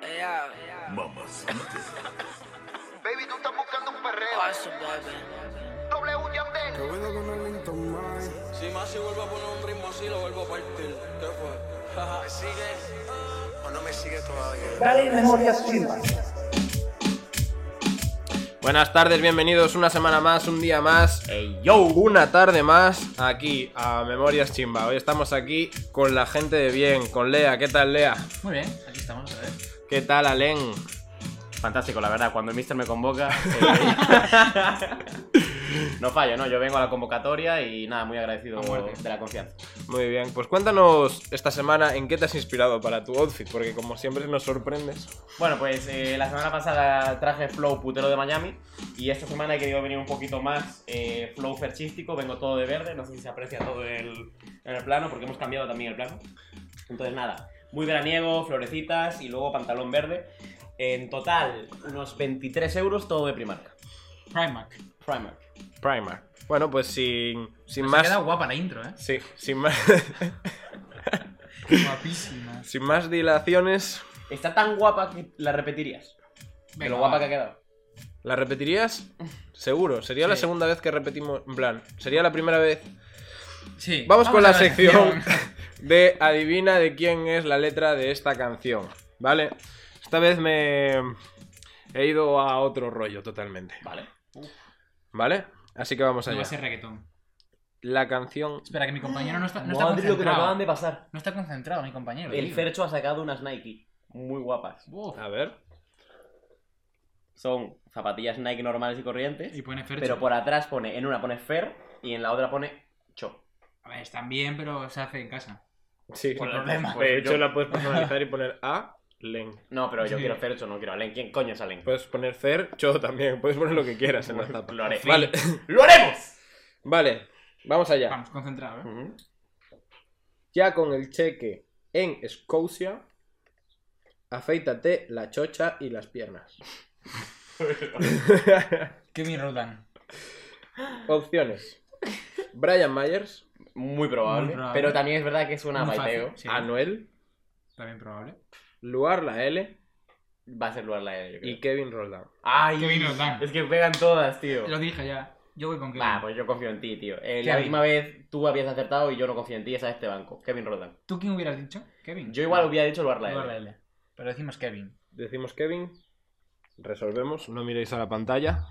yeah. Mamacita. Baby, tú estás buscando un um perreo. Awesome, baby. W Yandel. Yo vengo con el Linton Mike. Si Masi vuelve a poner un ritmo así, lo vuelvo a partir. ¿Qué fue? Jaja. ¿Me sigue o no me sigue todavía? Dale memorias chivas. Buenas tardes, bienvenidos una semana más, un día más, ey, yo, una tarde más aquí a Memorias Chimba. Hoy estamos aquí con la gente de bien, con Lea. ¿Qué tal, Lea? Muy bien, aquí estamos otra vez. ¿Qué tal, Alen? Fantástico, la verdad. Cuando el mister me convoca. eh, no fallo, ¿no? Yo vengo a la convocatoria y nada, muy agradecido A muerte. de la confianza. Muy bien, pues cuéntanos esta semana en qué te has inspirado para tu outfit, porque como siempre nos sorprendes. Bueno, pues eh, la semana pasada traje flow putero de Miami y esta semana he querido venir un poquito más eh, flow ferchístico. Vengo todo de verde, no sé si se aprecia todo en el, en el plano porque hemos cambiado también el plano. Entonces nada, muy veraniego, florecitas y luego pantalón verde. En total, unos 23 euros todo de Primark. Primark. Primark. Primer. Bueno, pues sin, sin Nos ha más. quedado guapa la intro, ¿eh? Sí, sin más. Guapísima. sin más dilaciones. Está tan guapa que la repetirías. de Venga, lo guapa va. que ha quedado. ¿La repetirías? Seguro. Sería la Sí. segunda vez que repetimos. En plan, sería la primera vez. Sí. Vamos, con a la sección de adivina de quién es la letra de esta canción. ¿Vale? Esta vez me he ido a otro rollo totalmente. Vale. ¿Vale? Así que vamos No va allá. a ser reggaetón. La canción. Espera, que mi compañero no está, no está Madre lo que me concentrado. acaban de pasar. No está concentrado, mi compañero. El tío. Fercho ha sacado unas Nike muy guapas. Uf. A ver. Son zapatillas Nike normales y corrientes, Y pone Fercho. pero por atrás pone, en una pone Fer y en la otra pone Cho. A ver, están bien, pero se hace en casa. Sí. Por problema. De hecho, la puedes personalizar y poner A, Len. Pues No, pero yo Sí. quiero Fercho, no quiero Alen. ¿Quién coño es Alen? Puedes poner Cer, Cho también. Puedes poner lo que quieras en la tapa. Lo haré. Vale. ¡Lo haremos! Vale. Vamos allá. Vamos, concentrado, ¿eh? Ujú. Ya con el cheque en Escocia, afeítate la chocha y las piernas. Kevin Rodan. Opciones. Brian Myers, Muy probable, Muy probable. Pero también es verdad que suena a Muy fácil, baiteo. sí. Anuel, También probable. Luar la L Va a ser lugar la L, yo creo. y Kevin Roldán. ¡Ay! Kevin Roldán. Es que pegan todas, tío. Lo dije ya. Yo voy con Kevin. Va, pues yo confío en ti, tío. Eh, Kevin. la última vez tú habías acertado y yo no confío en ti, esa es este banco. Kevin Rodan. ¿Tú quién hubieras dicho? Kevin. Yo igual No, hubiera dicho lugar tú la a la L. L. Pero decimos Kevin. Decimos Kevin, resolvemos, no miréis a la pantalla.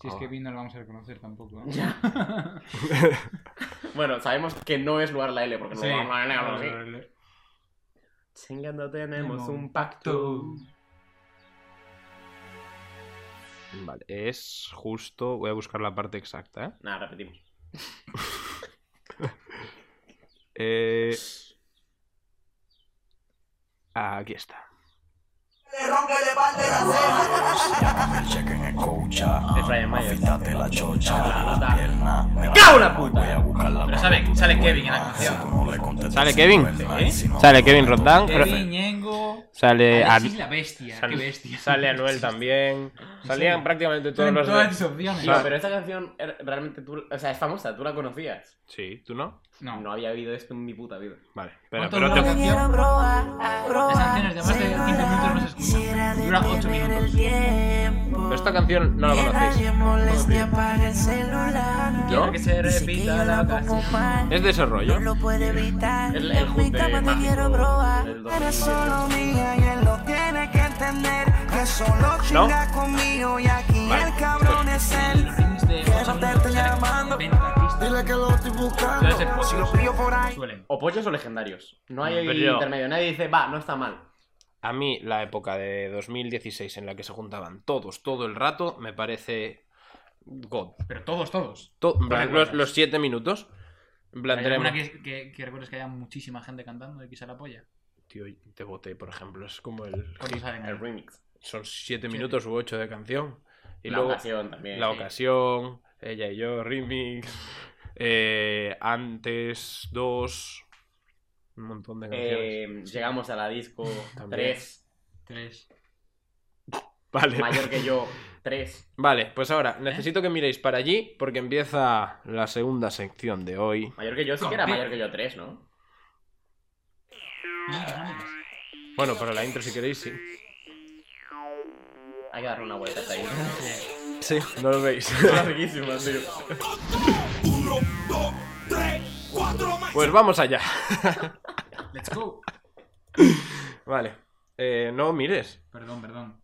Si es Ah. Kevin no lo vamos a reconocer tampoco. ¿eh? Bueno, sabemos que no es lugar la L porque no Sí. vamos a la L, no Sí. sé. Chingando tenemos Tenemos un pacto. Vale, es justo, voy a buscar la parte exacta, ¿eh? Nada, repetimos. Eh, Aquí está. Es Ryan Myers. la chocha, Ah. pierna. Me ¡Cago en la puta! Voy a buscar la Pero sale, sale Kevin en la Si canción. tú no le contestas, ¿Sale Kevin? pues, ¿Eh? si no- Sale Kevin Roldán, Kevin, Ñengo. sale Alexis la bestia. Qué bestia. Eh, Sale Anuel también. Salían Sí. prácticamente todos Salen los todas tus de... opciones. Tío, pero esta canción er- realmente tú. O sea, es famosa, tú la conocías. Sí, ¿tú no? No. No había habido esto en mi puta vida. Vale. Espera, ¿Cuánto pero dura la te... canción? Las canciones de más de 5 minutos no se escuchan. Dura 8 minutos. Esta canción no la conocéis. Quiero que se repita la ocasión. Es de ese rollo. Es el, el hit de Mágico del 2017. ¿No? Los de Dile que lo estoy buscando. Suelen. O pollos o legendarios. No hay Pero yo- intermedio. Nadie dice, va, no está mal. A mí la época de 2016 en la que se juntaban todos todo el rato me parece... God. Pero todos, todos. To- en plan, Vale, los, vale. los siete minutos. En plan, Hay alguna tenemos- que, que, que recuerdes que haya muchísima gente cantando y quizá la polla. Tío, te voté, por ejemplo. Es como el... ¿Cuántos salen El ahí? remix. Son siete minutos u ocho de canción. Y la luego... ocasión también. La ocasión, ella y yo, remix, eh, antes, dos, un montón de canciones. Eh, llegamos a la disco. También. Tres. Tres. vale. Mayor que yo. Tres. vale, pues ahora necesito que miréis para allí porque empieza la segunda sección de hoy. Mayor que yo sí que era Contigo. mayor que yo tres, ¿no? No, no, no, no. Bueno, para la intro si queréis, sí. Hay que darle una vuelta ahí. Sí, no lo veis. Larguísima, tío. Pues vamos allá. Let's go. Vale. Eh, no mires. Perdón, perdón.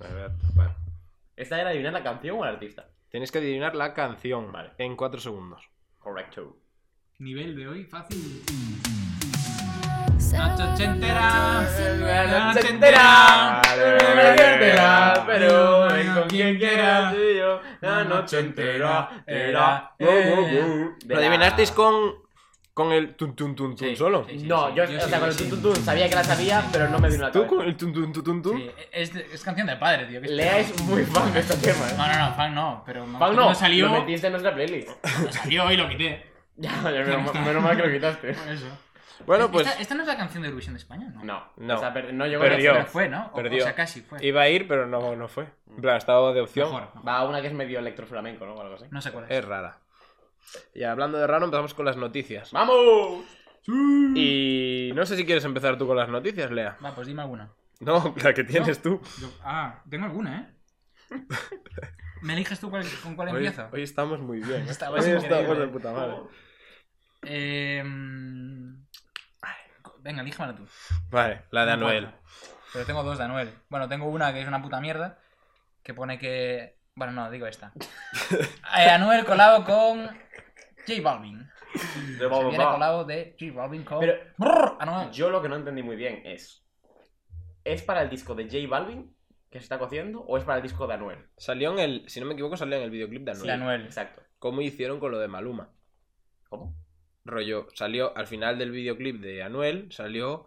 A ver, vale. ¿Esta era adivinar la canción o el artista? Tenéis que adivinar la canción en 4 segundos. Correcto. Nivel de hoy, fácil. Sábado Noche noche ochentera. sin Noche entera. entera, Pero ven con quien quieras. yo. la noche entera era, uh, Eh, eh, eh. Lo adivinasteis con, con el tun tun tun tun Sí, solo. sí, sí, No, sí. yo, sí, o sea, con el sí. tun tun tun sabía que la sabía, pero no me vino la ¿Tú con cabeza. el tun tun tun tun tun? Sí, es, es canción de padre, tío. que es- Lea es muy fan de este tema. ¿eh? No, no, no, fan no. Pero me Fan acuerdo no, cuando salió, lo metiste en nuestra playlist. cuando salió y lo quité. ya, vale, menos, mal- menos mal que lo quitaste. Por eso. Bueno, pues Esta, esta no es la canción de Eurovisión de España, ¿no? No, No. o sea, per- no llegó Perdió. a Pero fue, ¿no? O, Perdió. o sea, casi fue. iba a ir, pero no, no fue. En plan, estaba de opción. Mejor, mejor. Va a una que es medio electroflamenco, ¿no? O algo así. No sé cuál es. Es rara. Y hablando de raro, empezamos con las noticias. Ah. ¡Vamos! Y no sé si quieres empezar tú con las noticias, Lea. Va, pues dime alguna. No, la que tienes tú. Yo- ah, tengo alguna, ¿eh? ¿Me eliges tú cuál- con cuál Hoy, empiezo? hoy estamos muy bien. ¿eh? Estabas hoy increíble. estamos de puta madre. Eh, mm, ay, co- venga, elígemela tú. Vale, la de Tengo Anuel. cuatro. Pero tengo dos de Anuel. Bueno, tengo una que es una puta mierda. Que pone que. Bueno, no, digo esta. Eh, Anuel colado con. J Balvin. De Se Oh, Bobo viene Bob. colado Ah. de J Balvin con. Pero- Brrr, Anuel. Yo lo que no entendí muy bien es... ¿Es para el disco de J Balvin que se está cociendo o es para el disco de Anuel? Salió en el, si no me equivoco, salió en el videoclip de Anuel. Sí, Anuel. Exacto. ¿Cómo hicieron con lo de Maluma? ¿Cómo? Rollo, salió al final del videoclip de Anuel, salió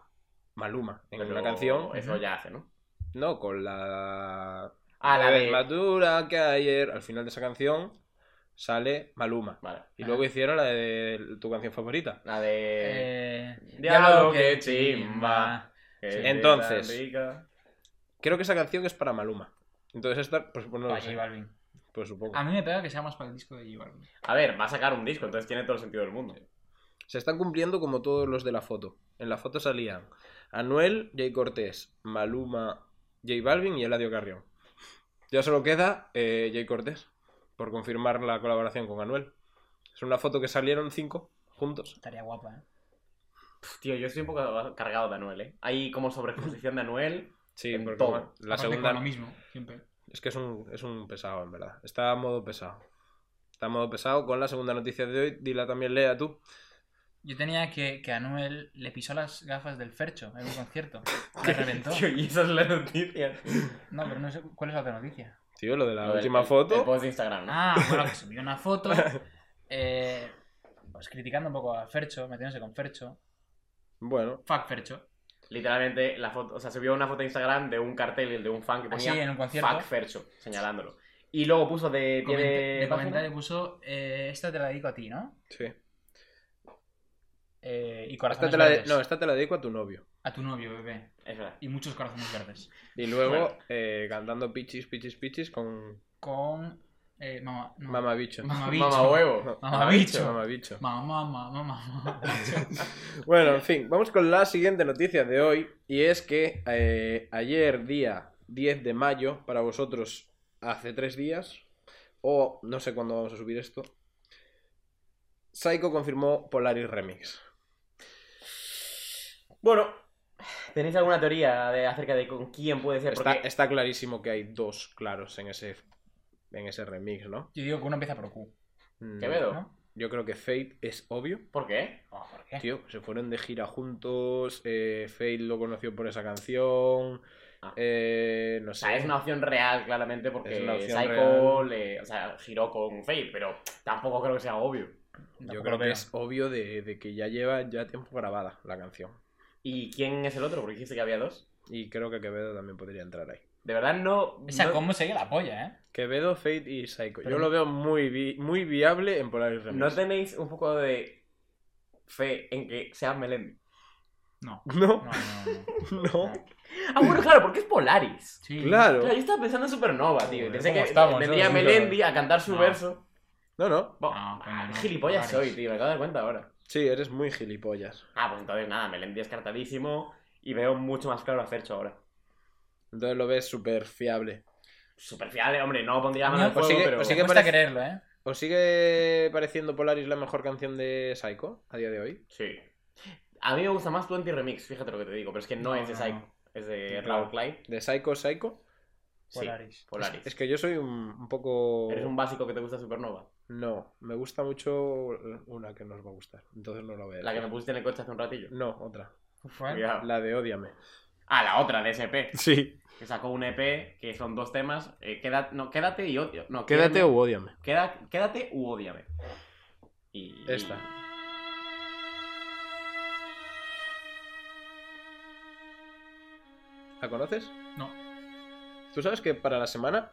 Maluma en Pero una canción. Eso ya hace, ¿no? No, con Eh, la. Ah, la vez de- más dura que ayer. Al final de esa canción sale Maluma. Vale. Y Ajá. luego hicieron la de tu canción favorita. La de... Eh, Diablo, qué chimba. que sí. te Entonces. tan rica. Creo que esa canción es para Maluma. Entonces esta, pues, bueno, no Para lo sé, J Balvin. pues supongo. A mí me pega que sea más para el disco de J Balvin. A ver, va a sacar un disco, entonces tiene todo el sentido del mundo. Se están cumpliendo como todos los de la foto. En la foto salían Anuel, Jay Cortés, Maluma, Jay Balvin y Eladio Carrión. Ya solo queda eh, Jay Cortés por confirmar la colaboración con Anuel. Es una foto que salieron cinco juntos. Estaría guapa, ¿eh? Pff, Tío, yo estoy un poco cargado de Anuel, ¿eh? Hay como sobreexposición de Anuel. Sí, En porque todo. bueno, la Aparte con segunda lo mismo, siempre. es que es un, es un pesado, en verdad. Está a modo pesado. Está a modo pesado con la segunda noticia de hoy. Dila también, Lea, tú. Yo tenía que, que Anuel le pisó las gafas del Fercho en un concierto. Le reventó. Tío, y esa es la noticia. No, pero no sé cuál es la otra noticia. Tío, lo de la Lo del- última el- foto. El post de Instagram, ¿no? Ah, bueno, que subió una foto. eh, pues criticando un poco a Fercho, metiéndose con Fercho. Bueno, Fuck Fercho. Literalmente, la foto, o sea, subió una foto de Instagram de un cartel de un fan que Así ponía en un concierto. Fuck Fercho, señalándolo. Y luego puso de pie comente- de, de página, comentario puso: eh, Esta te la dedico a ti, ¿no? sí. Eh, y Esta corazones te la de- verdes. no, esta te la dedico a tu novio. A tu novio, bebé. Es verdad. Y muchos corazones verdes. Y luego Bueno. eh, cantando pichis, pichis, pichis con Con. Eh, mamá. No. Mamá Bicho. Mamabicho. Mamá huevo. No. Mamabicho. Mamá Bicho. Mamá, mamá, mamá. Bueno, en fin, vamos con la siguiente noticia de hoy. Y es que eh, ayer, día 10 de mayo, para vosotros hace tres días, o no sé cuándo vamos a subir esto, Psycho confirmó Polaris Remix. Bueno, ¿tenéis alguna teoría de, acerca de con quién puede ser? Está, Porque está clarísimo que hay dos claros en ese, en ese remix, ¿no? Yo digo que uno empieza por Q. Mm, Quevedo. Eh. ¿no? Yo creo que Fate es obvio. ¿Por qué? Oh, ¿Por qué? Tío, se fueron de gira juntos. Eh, Fade lo conoció por esa canción. Ah. eh, no O sé. sea, es una opción real, claramente, porque Es una opción Psycho le, o sea, giró con Fade, pero tampoco creo que sea obvio. Yo Tampoco creo lo que veo. es obvio de, de que ya lleva ya tiempo grabada la canción. ¿Y quién es el otro? Porque dijiste que había dos. Y creo que Quevedo también podría entrar ahí. De verdad no... O sea, no- ¿cómo sería la polla, eh? Quevedo, Fade y Psycho. Pero- Yo lo veo muy, vi- muy viable en Polaris Remix. ¿No tenéis un poco de fe en que sea Melendi? No. No, No, no, no. no. Ah, bueno, claro, porque es Polaris. Sí. Claro. Claro, yo estaba pensando en Supernova, tío. y Pensé ¿cómo que estamos, vendría eh? Melendi a cantar su No. verso. No, no. Bo- No, coño, ah, no, gilipollas Polaris. soy, tío. Me acabo de dar cuenta ahora. Sí, eres muy gilipollas. Ah, pues entonces nada, Melendi descartadísimo. Y veo mucho más claro a Fercho ahora. Entonces lo ves súper fiable. Super fiable, eh, hombre, no pondría A mano al mí me- fuego, Pues sigue- pero... pues Sí sigue- que ¿Qué cuesta parece? creerlo, ¿eh? ¿Os sigue pareciendo Polaris la mejor canción de Psycho a día de hoy? Sí. A mí me gusta más 20 Remix, fíjate lo que te digo, pero es que no, No, es de no, Psycho, no. es de Claro. Raúl Klein. ¿De Psycho, Psycho? Sí, Polaris. Polaris. Es que yo soy un, un poco... Eres un básico que te gusta Supernova. No, me gusta mucho una que nos va a gustar. Entonces no la voy a La que decir. me pusiste en el coche hace un ratillo. No, otra. Uf, ¿eh? Cuidado. La de Ódiame. Ah, la otra, de SP. Sí. que sacó un EP que son dos temas. eh, queda- no, quédate y odio. No, Quédate quiéreme- u Ódiame. queda- quédate u odiame. Y. Esta. ¿La conoces? No. Tú sabes que para la semana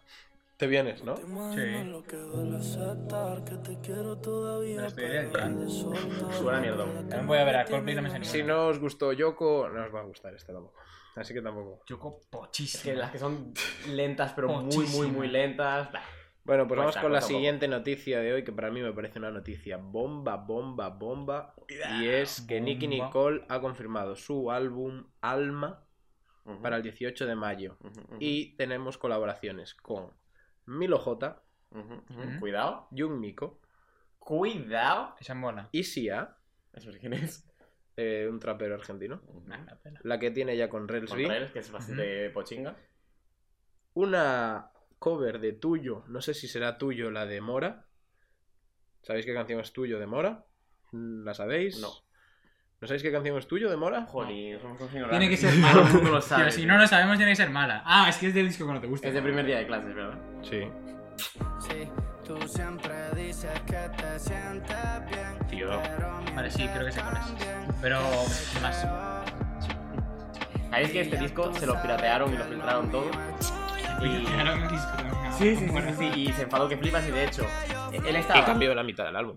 te vienes, ¿no? Sí. Lo que duele aceptar que te quiero todavía. Me la estoy leyendo, ¿eh? pero soltar. Suena a mierda. También voy a ver a Coldplay no me sé Si no os gustó Yoko, no os va a gustar esta tampoco. Así que tampoco. Choco Es que pochísimo. las que son lentas, pero muy, Muchísimo. muy, muy lentas. bah, Bueno, pues vamos Cuesta, con la cuesta un siguiente noticia de hoy, que para mí me parece una noticia bomba, bomba, bomba. Y es que Nicky Bomba. Nicole ha confirmado su álbum Alma ujú, para el 18 de mayo. ujú, ujú, Y tenemos colaboraciones con Milo J, ujú, ujú. Ujú. Cuidado. Jung Miko, Cuidado. Esa es buena. Easy A, Eso es quién es. eh, un trapero argentino, Nah, la pena. la que tiene ya con Rels Con B, Rael, que es bastante pochinga. una cover de Tuyo, no sé si será Tuyo la de Mora. ¿Sabéis qué canción es Tuyo de Mora? ¿La sabéis? No. ¿No sabéis qué canción es Tuyo de Mora? Jolín, somos unos ignorantes. Tiene que ser Todo el mala. mundo lo sabe, Tío, si tío. no lo sabemos, tiene que ser mala. Ah, es que es del disco que no te gusta. Es de primer día de clases, ¿verdad? Sí. Sí, tú siempre dices que te sientes bien. Tío. Pero mi Vale, sí, creo que sé cuál es. Pero más. Sabéis que este disco se lo piratearon y lo filtraron todo. Y... Claro, un disco también. Sí, sí, Bueno, sí, sí, Y se enfadó que flipas y de hecho, e-, él Y estaba... cambió la mitad del álbum.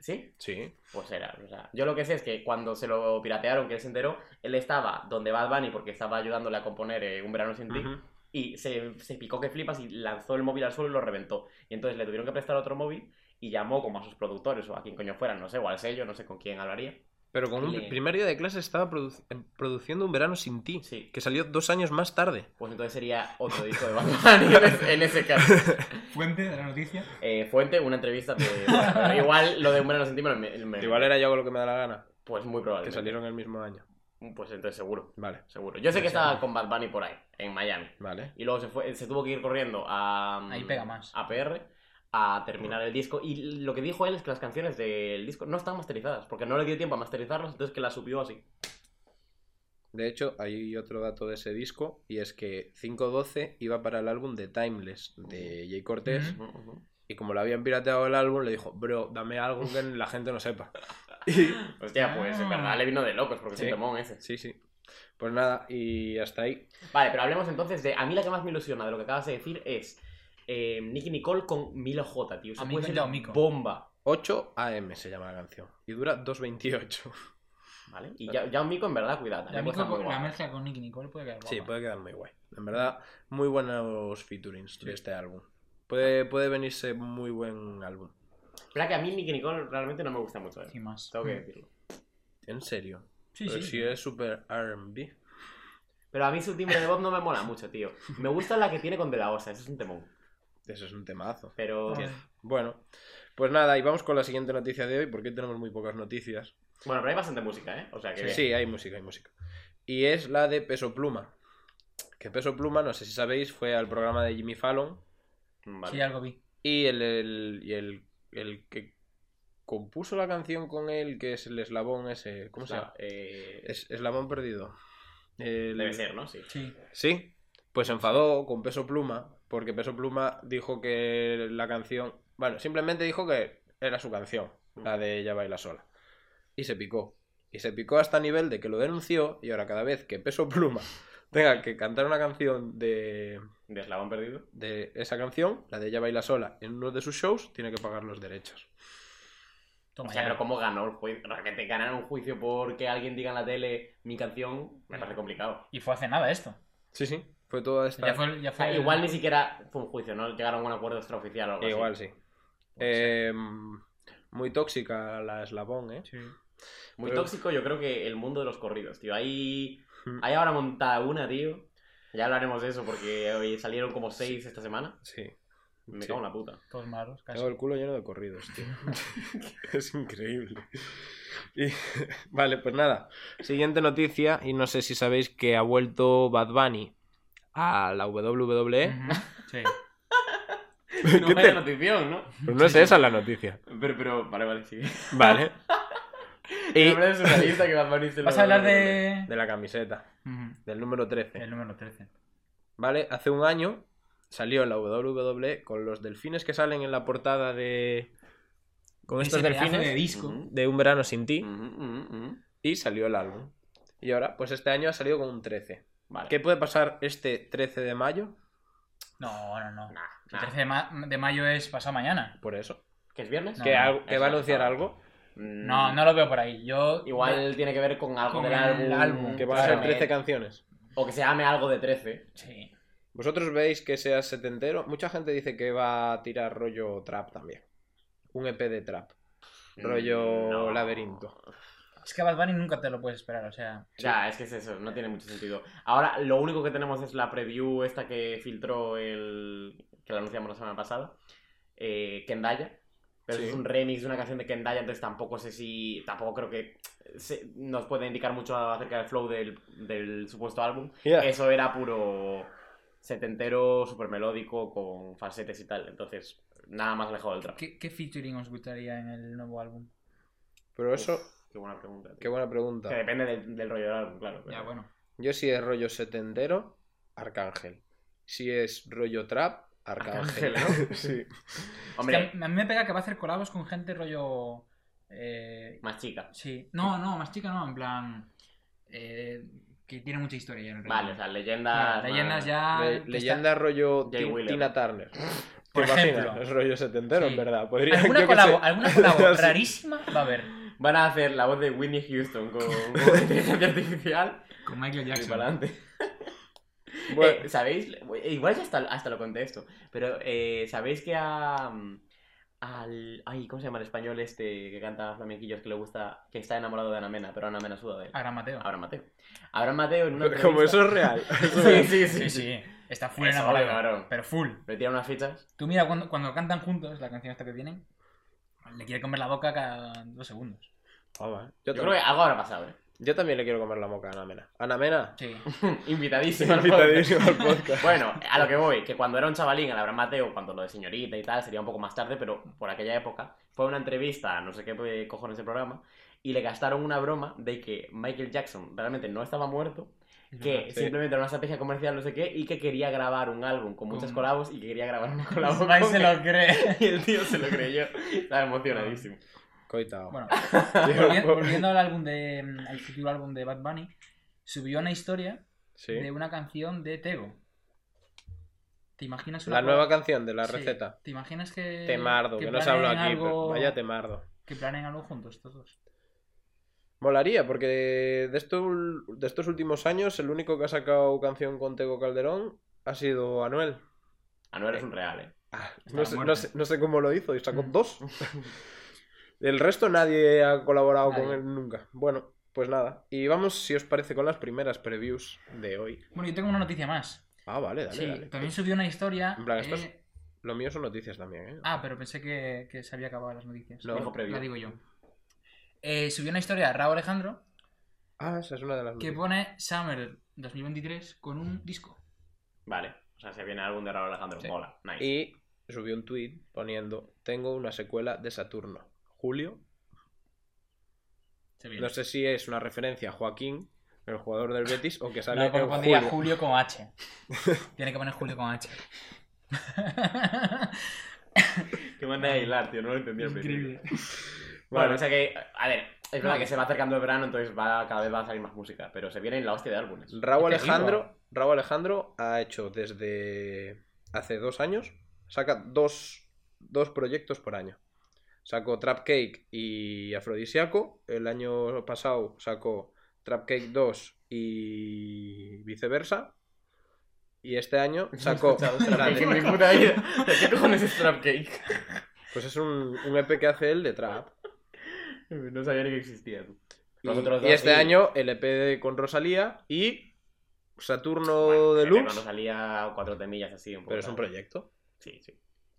¿Sí? Sí. Pues era, o sea, yo lo que sé es que cuando se lo piratearon, que él se enteró, él estaba donde Bad Bunny porque estaba ayudándole a componer eh, Un verano sin ti y se, se picó que flipas y lanzó el móvil al suelo y lo reventó. Y entonces le tuvieron que prestar otro móvil y llamó como a sus productores o a quien coño fuera, no sé, o al sello, no sé con quién hablaría. Pero con un Bien. primer día de clase estaba produ- eh, produciendo Un verano sin ti, Sí. que salió dos años más tarde. Pues entonces sería otro disco de Bad Bunny en ese- en ese caso. Fuente de la noticia. Eh, fuente, una entrevista de... pero igual lo de Un verano sin ti me lo- me- me- Igual era yo con lo que me da la gana, Pues muy que probable. salieron el mismo año. Pues entonces seguro. Vale, Seguro. Yo sé Pues que estaba con Bad Bunny por ahí, en Miami. vale. Y luego se, fue, se tuvo que ir corriendo a. mm, Ahí pega más. A PR a terminar el disco. Y lo que dijo él es que las canciones del disco no están masterizadas, porque no le dio tiempo a masterizarlas, entonces que las subió así. De hecho, hay otro dato de ese disco, y es que 512 iba para el álbum de Timeless, de Jay Cortés, Ujú. y como le habían pirateado el álbum, le dijo, bro, dame algo que la gente no sepa. Y- Hostia, pues en verdad le vino de locos, porque Sí. es un temón ese. sí, sí. Pues nada, y hasta ahí. Vale, pero hablemos entonces de. A mí la que más me ilusiona de lo que acabas de decir es. Eh, Nicky Nicole con Milo J, tío. Eso A mí puede me ser llama Mico. bomba. 8 AM se llama la canción, y dura 2.28. ¿Vale? Y ya, ya un Mico, en verdad, cuidado. La, también puede mezcla estar muy con, la guapa. mezcla con Nicky Nicole puede quedar guapa. Sí, puede quedar muy guay. En verdad, muy buenos featurings de este álbum. Puede, puede venirse muy buen álbum. Espera que a mí Nicky Nicole realmente no me gusta mucho. eh. Sí, más. Tengo que decirlo. En serio. Sí, Pero sí. si es super RB. Pero a mí su timbre de voz no me mola mucho, tío. Me gusta la que tiene con De La Osa, eso es un temón. Eso es un temazo. Pero. Ay. Bueno, pues nada, y vamos con la siguiente noticia de hoy, porque hoy tenemos muy pocas noticias. Bueno, pero hay bastante música, ¿eh? O sea que. Sí, bien. hay música, hay música. Y es la de Peso Pluma. Que Peso Pluma, no sé si sabéis, fue al programa de Jimmy Fallon. Vale. Sí, algo vi. Y el, el- y el, el que compuso la canción con él, que es el eslabón ese. ¿Cómo O se llama? sea, eh, Es, eslabón perdido. El- Debe ser, ¿no? Sí. Sí. Sí, pues se enfadó con Peso Pluma, porque Peso Pluma dijo que la canción. Bueno, simplemente dijo que era su canción, la de Ella baila sola. Y se picó. Y se picó hasta nivel de que lo denunció, y ahora cada vez que Peso Pluma tenga que cantar una canción de, De Eslabón Perdido. de esa canción, la de Ella baila sola, en uno de sus shows, tiene que pagar los derechos. Toma O sea, ya. pero ¿cómo ganó el juicio? Realmente ganar un juicio porque alguien diga en la tele mi canción me parece complicado. Y fue hace nada esto. Sí, sí, fue toda esta. Ya fue, ya O fue sea, el- igual ni siquiera fue un juicio, ¿no? Llegaron a un acuerdo extraoficial o algo así. Igual sí. Puede Eh, muy tóxica Em, la eslabón, ¿eh? Sí. Muy Pero- tóxico, yo creo que el mundo de los corridos, tío. Ahí, ahí ahora montada una, tío. Ya hablaremos de eso porque hoy salieron como seis esta semana. Sí. Me Sí. cago en la puta. Todos malos, casi. Tengo el culo lleno de corridos, tío. es increíble. Y- Vale, pues nada. Siguiente noticia, y no sé si sabéis que ha vuelto Bad Bunny a la ¿eh? WWE. Ujú, Sí. No ¿Qué vaya te- notición, ¿no? Pues no es esa la noticia. Pero, pero, vale, vale, sí. Vale. Me y parece surrealista que Bad Bunny se lo- Vas a hablar de. de la camiseta, Ujú, del número 13. El número 13. ¿vale? Hace un año salió en la WWE con los delfines que salen en la portada de... Con estos Ese pedazo delfines de disco. Ujú. de Un Verano Sin Ti Ujú, ujú, ujú. y salió el álbum. Y ahora, pues este año ha salido con un 13. Vale. ¿Qué puede pasar este 13 de mayo? No, no, no. Nah, El nah. 13 de, ma- de mayo es pasado mañana. Por eso. ¿Que es viernes? No, ¿Que, no, algo- que eso va a no anunciar sabe. algo? Mm, No, no lo veo por ahí. Yo. Igual tiene que ver con algo Con del el álbum. álbum, Que van a ser claramente. 13 canciones. O que se llame algo de 13. Sí. ¿Vosotros veis que sea setentero? Mucha gente dice que va a tirar rollo trap también. Un EP de trap. Rollo Mm, No. laberinto. Es que a Bad Bunny nunca te lo puedes esperar, o sea. Ya, es que es eso, no tiene mucho sentido. Ahora, lo único que tenemos es la preview esta que filtró el... que la anunciamos la semana pasada, eh, Kendaya. Pero Sí. es un remix de una canción de Kendaya, entonces tampoco sé si... tampoco creo que se- nos puede indicar mucho acerca del flow del, del supuesto álbum. Ya. Eso era puro setentero, súper melódico, con falsetes y tal. Entonces, nada más alejado del trap. ¿Qué, qué featuring os gustaría en el nuevo álbum? Pero eso, Uf, qué buena pregunta. tío. qué buena pregunta. Que depende del, del rollo del álbum, claro. pero- Ya, bueno. Yo si es rollo setentero, Arcángel. Si es rollo trap, Arcángel. Arcángel, sí. Es Hombre, que a mí me pega que va a hacer colabos con gente rollo. eh, más chica. sí. No, no, más chica no, en plan. eh, que tiene mucha historia ya en el Vale, reggae. o sea, Claro, leyendas. leyendas más- ya. Le- que leyenda rollo Jay Ti- Wheeler. Tina Turner. Por ¿Te imaginas? ejemplo. Es rollo setentero, Sí. en verdad. está- Podría, yo Alguna qué colabo, sé. alguna colabo Sí. rarísima va a haber. Van a hacer la voz de Whitney Houston con, con inteligencia artificial. Con Michael Y para Jackson. adelante. Bueno, Eh, ¿Sabéis? Eh, Igual ya hasta, hasta lo conté esto. Pero, eh, ¿sabéis que a. mm, Al, ay, ¿cómo se llama el español este que canta flamenquillos que le gusta, que está enamorado de Ana Mena, pero Ana Mena suda de él? Ahora Mateo. Abraham Mateo. Abraham Mateo en una como eso entrevista- es Sí, sí, real. sí. sí. Sí, sí. Está full Eso, enamorado. claro. Pero full. Le tiran unas fichas. Tú mira, cuando, cuando cantan juntos, la canción esta que tienen, le quiere comer la boca cada dos segundos. Toma, eh. Yo, creo yo, también, que algo habrá pasado, ¿eh? yo también le quiero comer la moca a Ana Mena. Ana Mena, Sí. Invitadísimo. al podcast. invitadísimo al podcast. Bueno, a lo que voy, que cuando era un chavalín, el Abraham Mateo, cuando lo de señorita y tal, sería un poco más tarde, pero por aquella época, fue una entrevista, a no sé qué eh, cojones de programa, y le gastaron una broma de que Michael Jackson realmente no estaba muerto, que Sí. simplemente era una estrategia comercial, no sé qué, y que quería grabar un álbum con muchas Con- colabos y que quería grabar una colabo. Vai con Pues se él. lo cree. Y el tío se lo creyó. Estaba emocionadísimo. Coitao. Bueno, Tío, volviendo, po- volviendo al álbum de al futuro álbum de Bad Bunny, subió una historia sí. de una canción de Tego. ¿Te imaginas una La nueva col- canción de la Sí. receta. ¿Te imaginas que temardo, que, no se habla planeen aquí, pero algo- vaya temardo. que planeen algo juntos estos dos? Molaría, porque de, esto- de estos últimos años el único que ha sacado canción con Tego Calderón ha sido Anuel. Anuel es un real, ¿eh? Ah, Está no, sé, muerto. no sé- no sé cómo lo hizo, y sacó Mm. dos. el resto nadie ha colaborado con Nadie. él nunca. Bueno, pues nada. Y vamos, si os parece, con las primeras previews de hoy. Bueno, yo tengo una noticia más. Ah, vale, dale, sí, dale. también subió una historia. En plan, esto eh, es- Lo mío son noticias también, ¿eh? Ah, pero pensé que, que se había acabado las noticias. No. Dijo previo. La digo yo. Eh, subió una historia de Raúl Alejandro Ah, esa es una de las que noticias. pone Summer 2023 con un disco. Vale. O sea, se viene el álbum de Raúl Alejandro. Sí. Mola. Nice. Y subió un tweet poniendo, tengo una secuela de Saturno. Julio Se No sé si es una referencia a Joaquín, el jugador del Betis, o que sale no, porque en pondría julio. Julio con H. Tiene que poner Julio con H. Qué manera de hilar, tío. No lo entendí al principio. Increíble. Bueno, Vale. o sea que, a ver, es verdad Vale. que se va acercando el verano, entonces va, cada vez va a salir más música, pero se viene la hostia de álbumes. Pues, Raúl Te digo. Alejandro, Raúl Alejandro ha hecho desde hace dos años, saca dos, dos proyectos por año. Sacó Trap Cake y Afrodisiaco. El año pasado sacó Trap Cake 2 y viceversa. Y este año sacó. Escuchado Trap la Cake en de- mi puta vida. ¿De ¿Qué cojones es Trap Cake? E pues es un, un EP que hace él de Trap. No sabía ni que existía. tú. Y, Nosotros y dos, este sí. año el EP de- con Rosalía y Saturno Bueno, desde Deluxe. Cuando salía cuatro temillas así. Un poco Pero es un tal. proyecto. Sí, sí.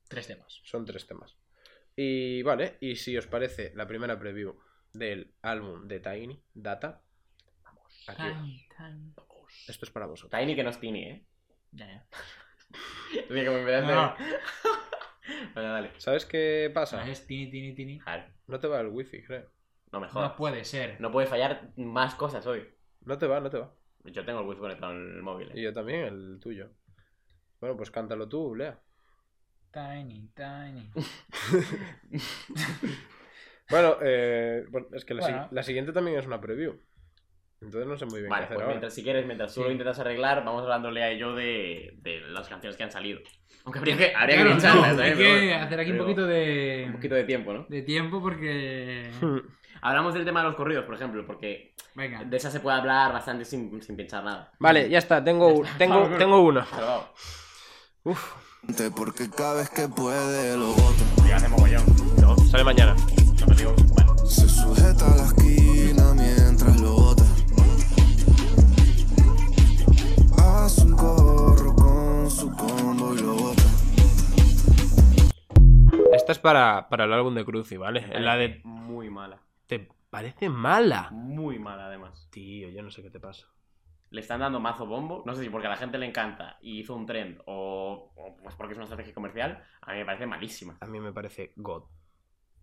Tres temas. Son tres temas. Y vale, y si os parece la primera preview del álbum de Tiny, Data. Aquí. Tan, tan. Esto es para vosotros. Tiny que no es Tiny, ¿eh? Ya, ya. Tiene que me No, no. Vale, dale. ¿Sabes qué pasa? Ah, Es tini, tini, tini. Joder, No te va el wifi, creo. no me jodas. No No, puede ser. puede fallar más cosas hoy. No te va, no te va. Yo tengo el wifi conectado en el móvil. Y ¿eh? yo también, el tuyo. Bueno, pues cántalo tú, Lea. Tiny, tiny. Bueno, eh, bueno, es que la, si- Bueno. la siguiente también es una preview. Entonces no sé muy bien Vale, qué hacer pues ahora. mientras, si quieres, mientras tú lo Sí. intentas arreglar, vamos hablando Lea y yo de, de las canciones que han salido. Aunque habría que, habría Claro, que pincharlas, no, ¿eh? Hay Pero que bueno. hacer aquí un Pero poquito un de, poquito de tiempo, ¿no? de tiempo porque... Hablamos del tema de los corridos, por ejemplo, porque Venga. de esa se puede hablar bastante sin, sin pensar nada. Vale, ya está, tengo, tengo, tengo una. Pero vamos. Porque cada vez que puede lo voto. Sale mañana. Se sujeta a la esquina mientras lo bota. Hace un corro con su combo y lo bota. Esta es para, para el álbum de Cruci, ¿vale? La de... Muy mala. ¿Te parece mala? Muy mala, además. Tío, yo no sé qué te pasa. Le están dando mazo bombo. No sé si porque a la gente le encanta y hizo un trend o, o pues porque es una estrategia comercial. A mí me parece malísima. A mí me parece God.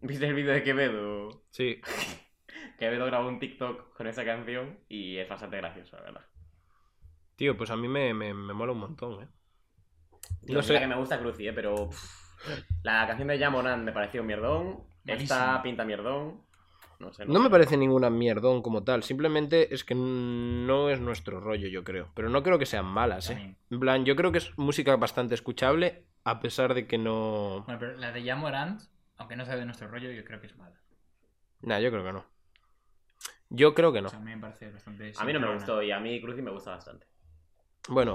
¿Viste el vídeo de Quevedo? Sí. Quevedo grabó un TikTok con esa canción y es bastante gracioso, la verdad. Tío, pues a mí me, me, me mola un montón, ¿eh? Yo No sé sé. que me gusta Cruci, eh, pero. pff, la canción de Yamoran me pareció mierdón. Esta Malísima. pinta mierdón. No sé. No me sé. parece ninguna mierdón como tal. Simplemente es que no es nuestro rollo, yo creo. Pero no creo que sean malas, ¿eh? También. En plan, yo creo que es música bastante escuchable, a pesar de que no... Bueno, pero la de Ya Morant, aunque no sea de nuestro rollo, yo creo que es mala. Nah, yo creo que no. Yo creo que no. O sea, a mí me parece bastante... A mí no me simplona. gustó y a mí Cruci me gusta bastante. Bueno.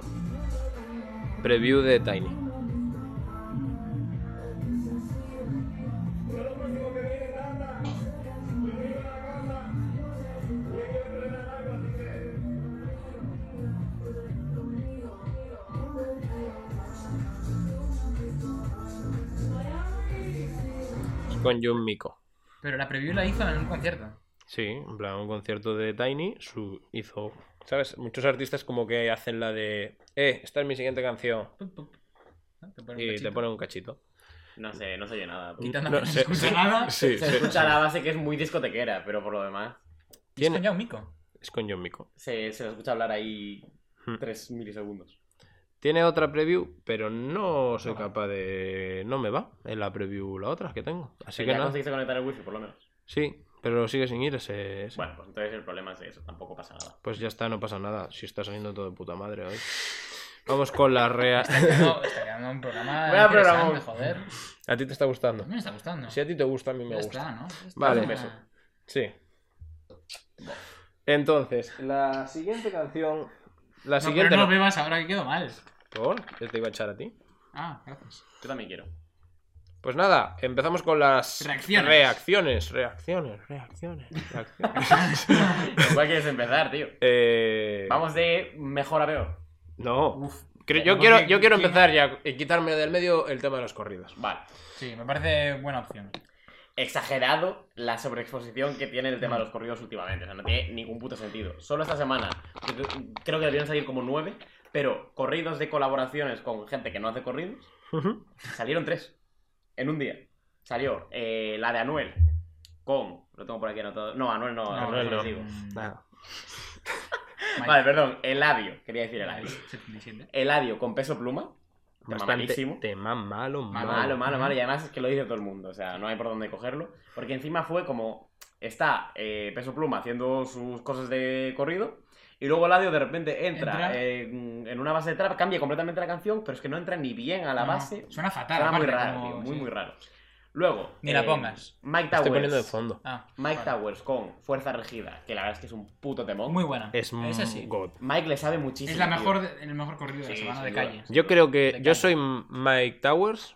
Preview de Tiny. Con Jun Miko. Pero la preview la hizo en un concierto. Sí, en plan, un concierto de Tiny su, hizo. ¿Sabes? Muchos artistas como que hacen la de. Eh, esta es mi siguiente canción. Pup, pup. ¿No? Te pone un Y te cachito. ponen un cachito. No sé, no se oye nada. tú. Quitando No, que no sí, se escucha sí, nada. sí, Se sí. escucha la base que es muy discotequera, pero por lo demás. Y es con ¿Quién? Yao Miko. Es con John Mico. Se, se lo escucha hablar ahí Hmm. 3 milisegundos. Tiene otra preview, pero no soy capaz de. No me va en la preview la otra que tengo. Pues Así Pero que ya nada. conseguiste conectar el wifi, por lo menos. Sí, pero sigue sin ir ese. ese. Bueno, pues entonces el problema es eso, tampoco pasa nada. Pues ya está, no pasa nada. Si está saliendo todo de puta madre hoy. Vamos con la rea. No, está quedando un programa Vaya programa. interesante, joder. ¿A ti te está gustando? A mí me está gustando. Si a ti te gusta, a mí me ya gusta. está, ¿no? Ya está. Vale. Ah, Beso. Sí. Entonces, la siguiente canción. La No, siguiente. pero no bebas ahora que quedo mal. ¿Por? Yo te iba a echar a ti. Ah, gracias. Yo también quiero. Pues nada, empezamos con las Reacciones. reacciones, reacciones, reacciones, reacciones. ¿Cuál quieres empezar, tío? Eh, Vamos de mejor a peor. No. Uf. Creo- yo, Porque- quiero, yo quiero ¿quién- empezar ya y quitarme del medio el tema de los corridos. Vale. Sí, me parece buena opción. Exagerado la sobreexposición que tiene el tema de los corridos últimamente. O sea, no tiene ningún puto sentido. Solo esta semana, que cre- creo que debieron salir como nueve, pero corridos de colaboraciones con gente que no hace corridos, Salieron tres. En un día. Salió eh, la de Anuel. Con. Lo tengo por aquí anotado. No, Anuel no. Anuel no. digo. mm, Nada. Mike, Vale, perdón. Eladio. Quería decir Mike, Eladio. 77. Eladio con peso pluma. Tema malísimo. Tema malo, malo. Malo, malo, malo. Y además es que lo dice todo el mundo. O sea, no hay por dónde cogerlo. Porque encima fue como. Está eh, peso pluma haciendo sus cosas de corrido. Y luego Eladio de repente entra, Entra. En, en una base de trap, cambia completamente la canción, pero es que no entra ni bien a la No, base. Suena fatal, Suena muy aparte, raro, como- tío, muy, sí. muy raro. Luego. eh, Ni la pongas. Mike Estoy Towers. poniendo de fondo. Ah, Mike vale. Towers con Fuerza Regida, que la verdad es que es un puto temón. Oh, Muy buena. Es muy Esa sí. God. Mike le sabe muchísimo. Es la tío. mejor, el mejor corrido de la Sí, semana de sin calle. duda. Yo creo que Me yo encanta. soy Mike Towers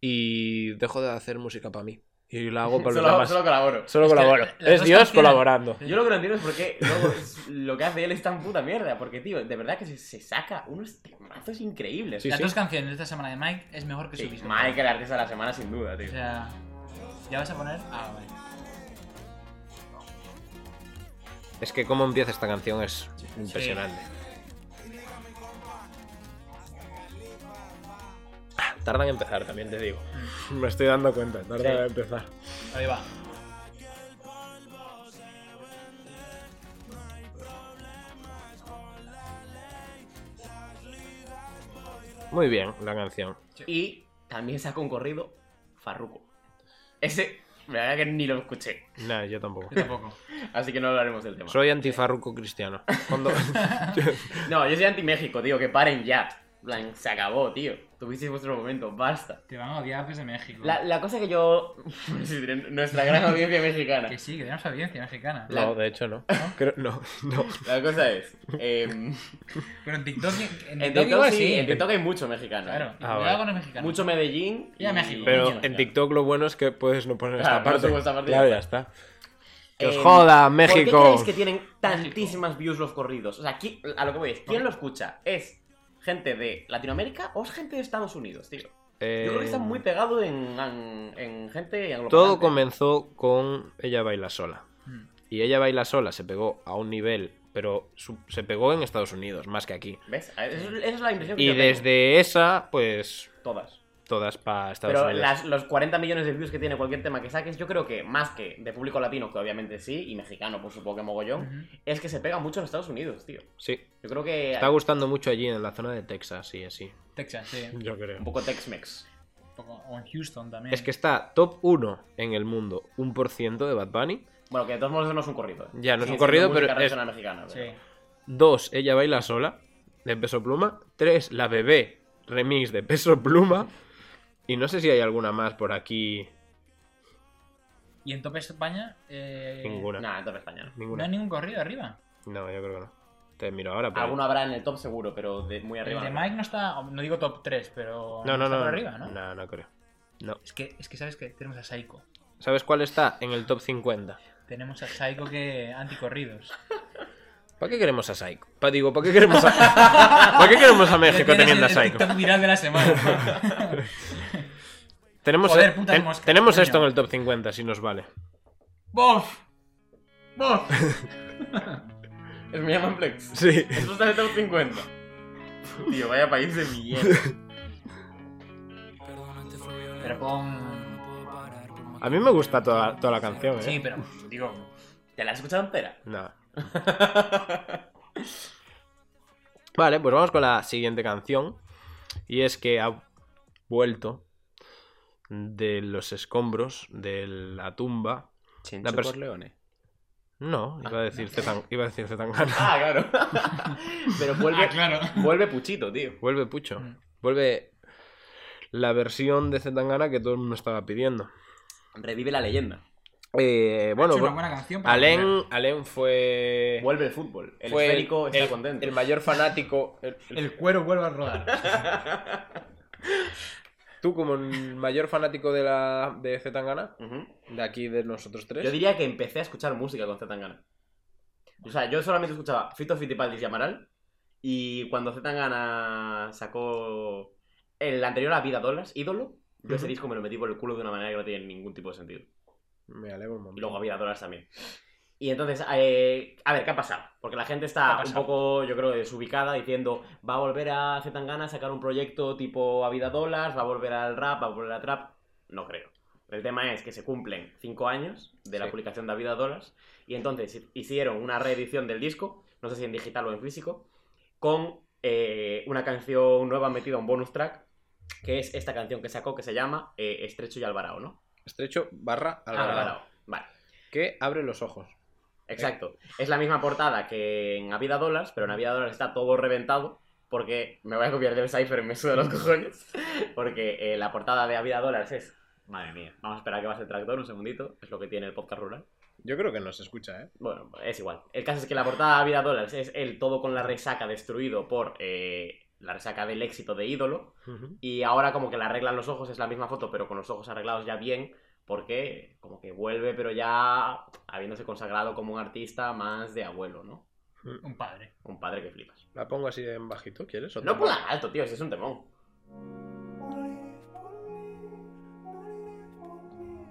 y dejo de hacer música para mí. Y la hago para los Solo, demás. solo Solo, colaboro. Es que colaboro. las Es dos Dios canciones- colaborando. Yo lo que no entiendo es por qué luego es- lo que hace él es tan puta mierda. Porque, tío, de verdad que se, se saca unos temazos increíbles. Sí, Las sí. dos canciones de esta semana de Mike es mejor que Sí, su disco. Mike, el artista de la semana, sin duda, tío. O sea, ¿ya vas a poner? Ah, vale. Es que cómo empieza esta canción es impresionante. Ah, Tardan en empezar, también te digo. Me estoy dando cuenta, tardan Sí. en empezar. Ahí va. Muy bien, la canción. Y también saca un corrido Farruko. Ese, la verdad que ni lo escuché. Nah, yo tampoco. Yo tampoco. Así que no hablaremos del tema. Soy antifarruco cristiano. Cuando- No, yo soy anti-México, tío, que paren ya. En plan, se acabó, tío. Tuvisteis vuestro momento, basta. Te van a odiar desde México. La, la cosa que yo. Nuestra gran audiencia mexicana. Que sí, que tenemos audiencia mexicana. La- No, de hecho no. Creo- no, no. La cosa es. em, Pero en TikTok, en en TikTok TikTok igual sí, en sí. TikTok hay mucho mexicano. Claro, ¿eh? y Ah, cuidado vale. con los mexicanos. Mucho Medellín. Y a México. Pero mucho en mexicano. TikTok lo bueno es que puedes no poner Claro, no esta parte. subo esta parte y claro, ya ya está. ¡Que os Em, joda, ¿Por qué México! creéis que tienen tantísimas views los corridos? O sea, ¿qui- a lo que voy es, ¿quién lo escucha? ¿Es gente de Latinoamérica o es gente de Estados Unidos, tío? Yo creo que está Em, muy pegado en, en, en gente anglosajona. Todo comenzó con Ella Baila Sola. Mm. Y Ella Baila Sola se pegó a un nivel, pero su- se pegó en Estados Unidos, más que aquí. ¿Ves? Esa es- esa es la impresión que Y yo tengo. desde esa, pues Todas. todas para Estados Pero Unidos. las- los 40 millones de views que tiene cualquier tema que saques, yo creo que más que de público latino, que obviamente sí, y mexicano, por supuesto que mogollón, Ujú. es que se pega mucho en Estados Unidos, tío. Sí, Yo creo que está gustando mucho allí en la zona de Texas y así. Texas, sí. Un Yo creo. un poco Tex-Mex. poco- O en Houston también. Es que está top 1 en el mundo, 1% de Bad Bunny. Bueno, que de todos modos eso no es un corrido. ¿eh? Ya, no es Sigue un corrido, siendo pero música es- regional mexicana, pero- Sí. 2. Ella Baila Sola, de Peso Pluma. 3. La Bebé, remix de Peso Pluma. Y no sé si hay alguna más por aquí. Y en Top España. Eh... Ninguna. Nah, en top español. No Ninguna. hay ningún corrido arriba. No, yo creo que no. Te miro ahora. pero- Alguno habrá en el top seguro, pero de- muy El arriba. de no. Mike no está. No digo top 3, pero. No, no, está no. por arriba, ¿no? No, no creo. No. Es, que, es que sabes que tenemos a Psycho. ¿Sabes cuál está? En el top 50. Tenemos a Psycho que. Anticorridos. ¿Para qué queremos a Psycho? Pa- digo, ¿para qué queremos a... ¿Para qué queremos a México Ya tienes teniendo a el Psycho? TikTok viral de la semana. Tenemos, e- Joder, putas ten- moscas, tenemos coño. esto en el top 50, si nos vale. ¡Bof! ¡Bof! Es mi Amanplex. Sí. Esto está en el top 50. Tío, vaya país de mierda. Pero con. A mí me gusta toda, toda la canción, ¿eh? Sí, pero. Digo. ¿Te la has escuchado entera? Nada. vale, pues vamos con la siguiente canción. Y es que ha vuelto de los escombros de la tumba. La pers- Leone. No, iba a decir Zetan- iba a decir Zetangana. Ah, claro. pero vuelve, Ah, claro. vuelve Puchito, tío. Vuelve Pucho. Mm. Vuelve la versión de Zetangana que todo el mundo estaba pidiendo. Revive la leyenda. Eh, bueno, Ha hecho una buena canción. para poner. Alén, Alén fue. Vuelve el fútbol. El fue esférico está el- contento. el mayor fanático. el- el- El cuero vuelve a rodar. tú, como el mayor fanático de la de Zetangana, Ujú. de aquí de nosotros tres. Yo diría que empecé a escuchar música con Zetangana. O sea, yo solamente escuchaba Fito Fitipaldis y Amaral. Y cuando Zetangana sacó el anterior a Vida Dolas, Ídolo, yo ese Ujú. disco me lo metí por el culo de una manera que no tiene ningún tipo de sentido. Me alegro un Y montón. luego a Vida Dolas también. Y entonces, eh, a ver, ¿qué ha pasado? Porque la gente está un poco, yo creo, desubicada diciendo va a volver a Zetangana a sacar un proyecto tipo a Vida Dolas, va a volver al rap, va a volver al trap. No creo. El tema es que se cumplen 5 años de la Sí. publicación de Vida Dollars y entonces hicieron una reedición del disco, no sé si en digital o en físico, con eh, una canción nueva metida, un bonus track, que es esta canción que sacó que se llama eh, Estrecho y Alvarado, ¿no? Estrecho barra Alvarado, Ah, Vale, Que abre los ojos. exacto. Es la misma portada que en A Vida Dollars, pero en A Vida Dollars está todo reventado porque me voy a copiar del Cypher, me suda los cojones, porque eh, la portada de A Vida Dollars es... Madre mía, vamos a esperar a que pase el tractor un segundito, es lo que tiene el podcast rural. Yo creo que no se escucha, ¿eh? Bueno, es igual. El caso es que la portada de Vida Dollars es el todo con la resaca destruido por eh, la resaca del éxito de ídolo. Y ahora como que le arreglan los ojos, es la misma foto, pero con los ojos arreglados ya bien. porque como que vuelve, pero ya habiéndose consagrado como un artista más de abuelo, ¿no? Un padre. Un padre que flipas. La pongo así en bajito, ¿quieres? ¿O No te- pongan alto, tío, ese es un temón.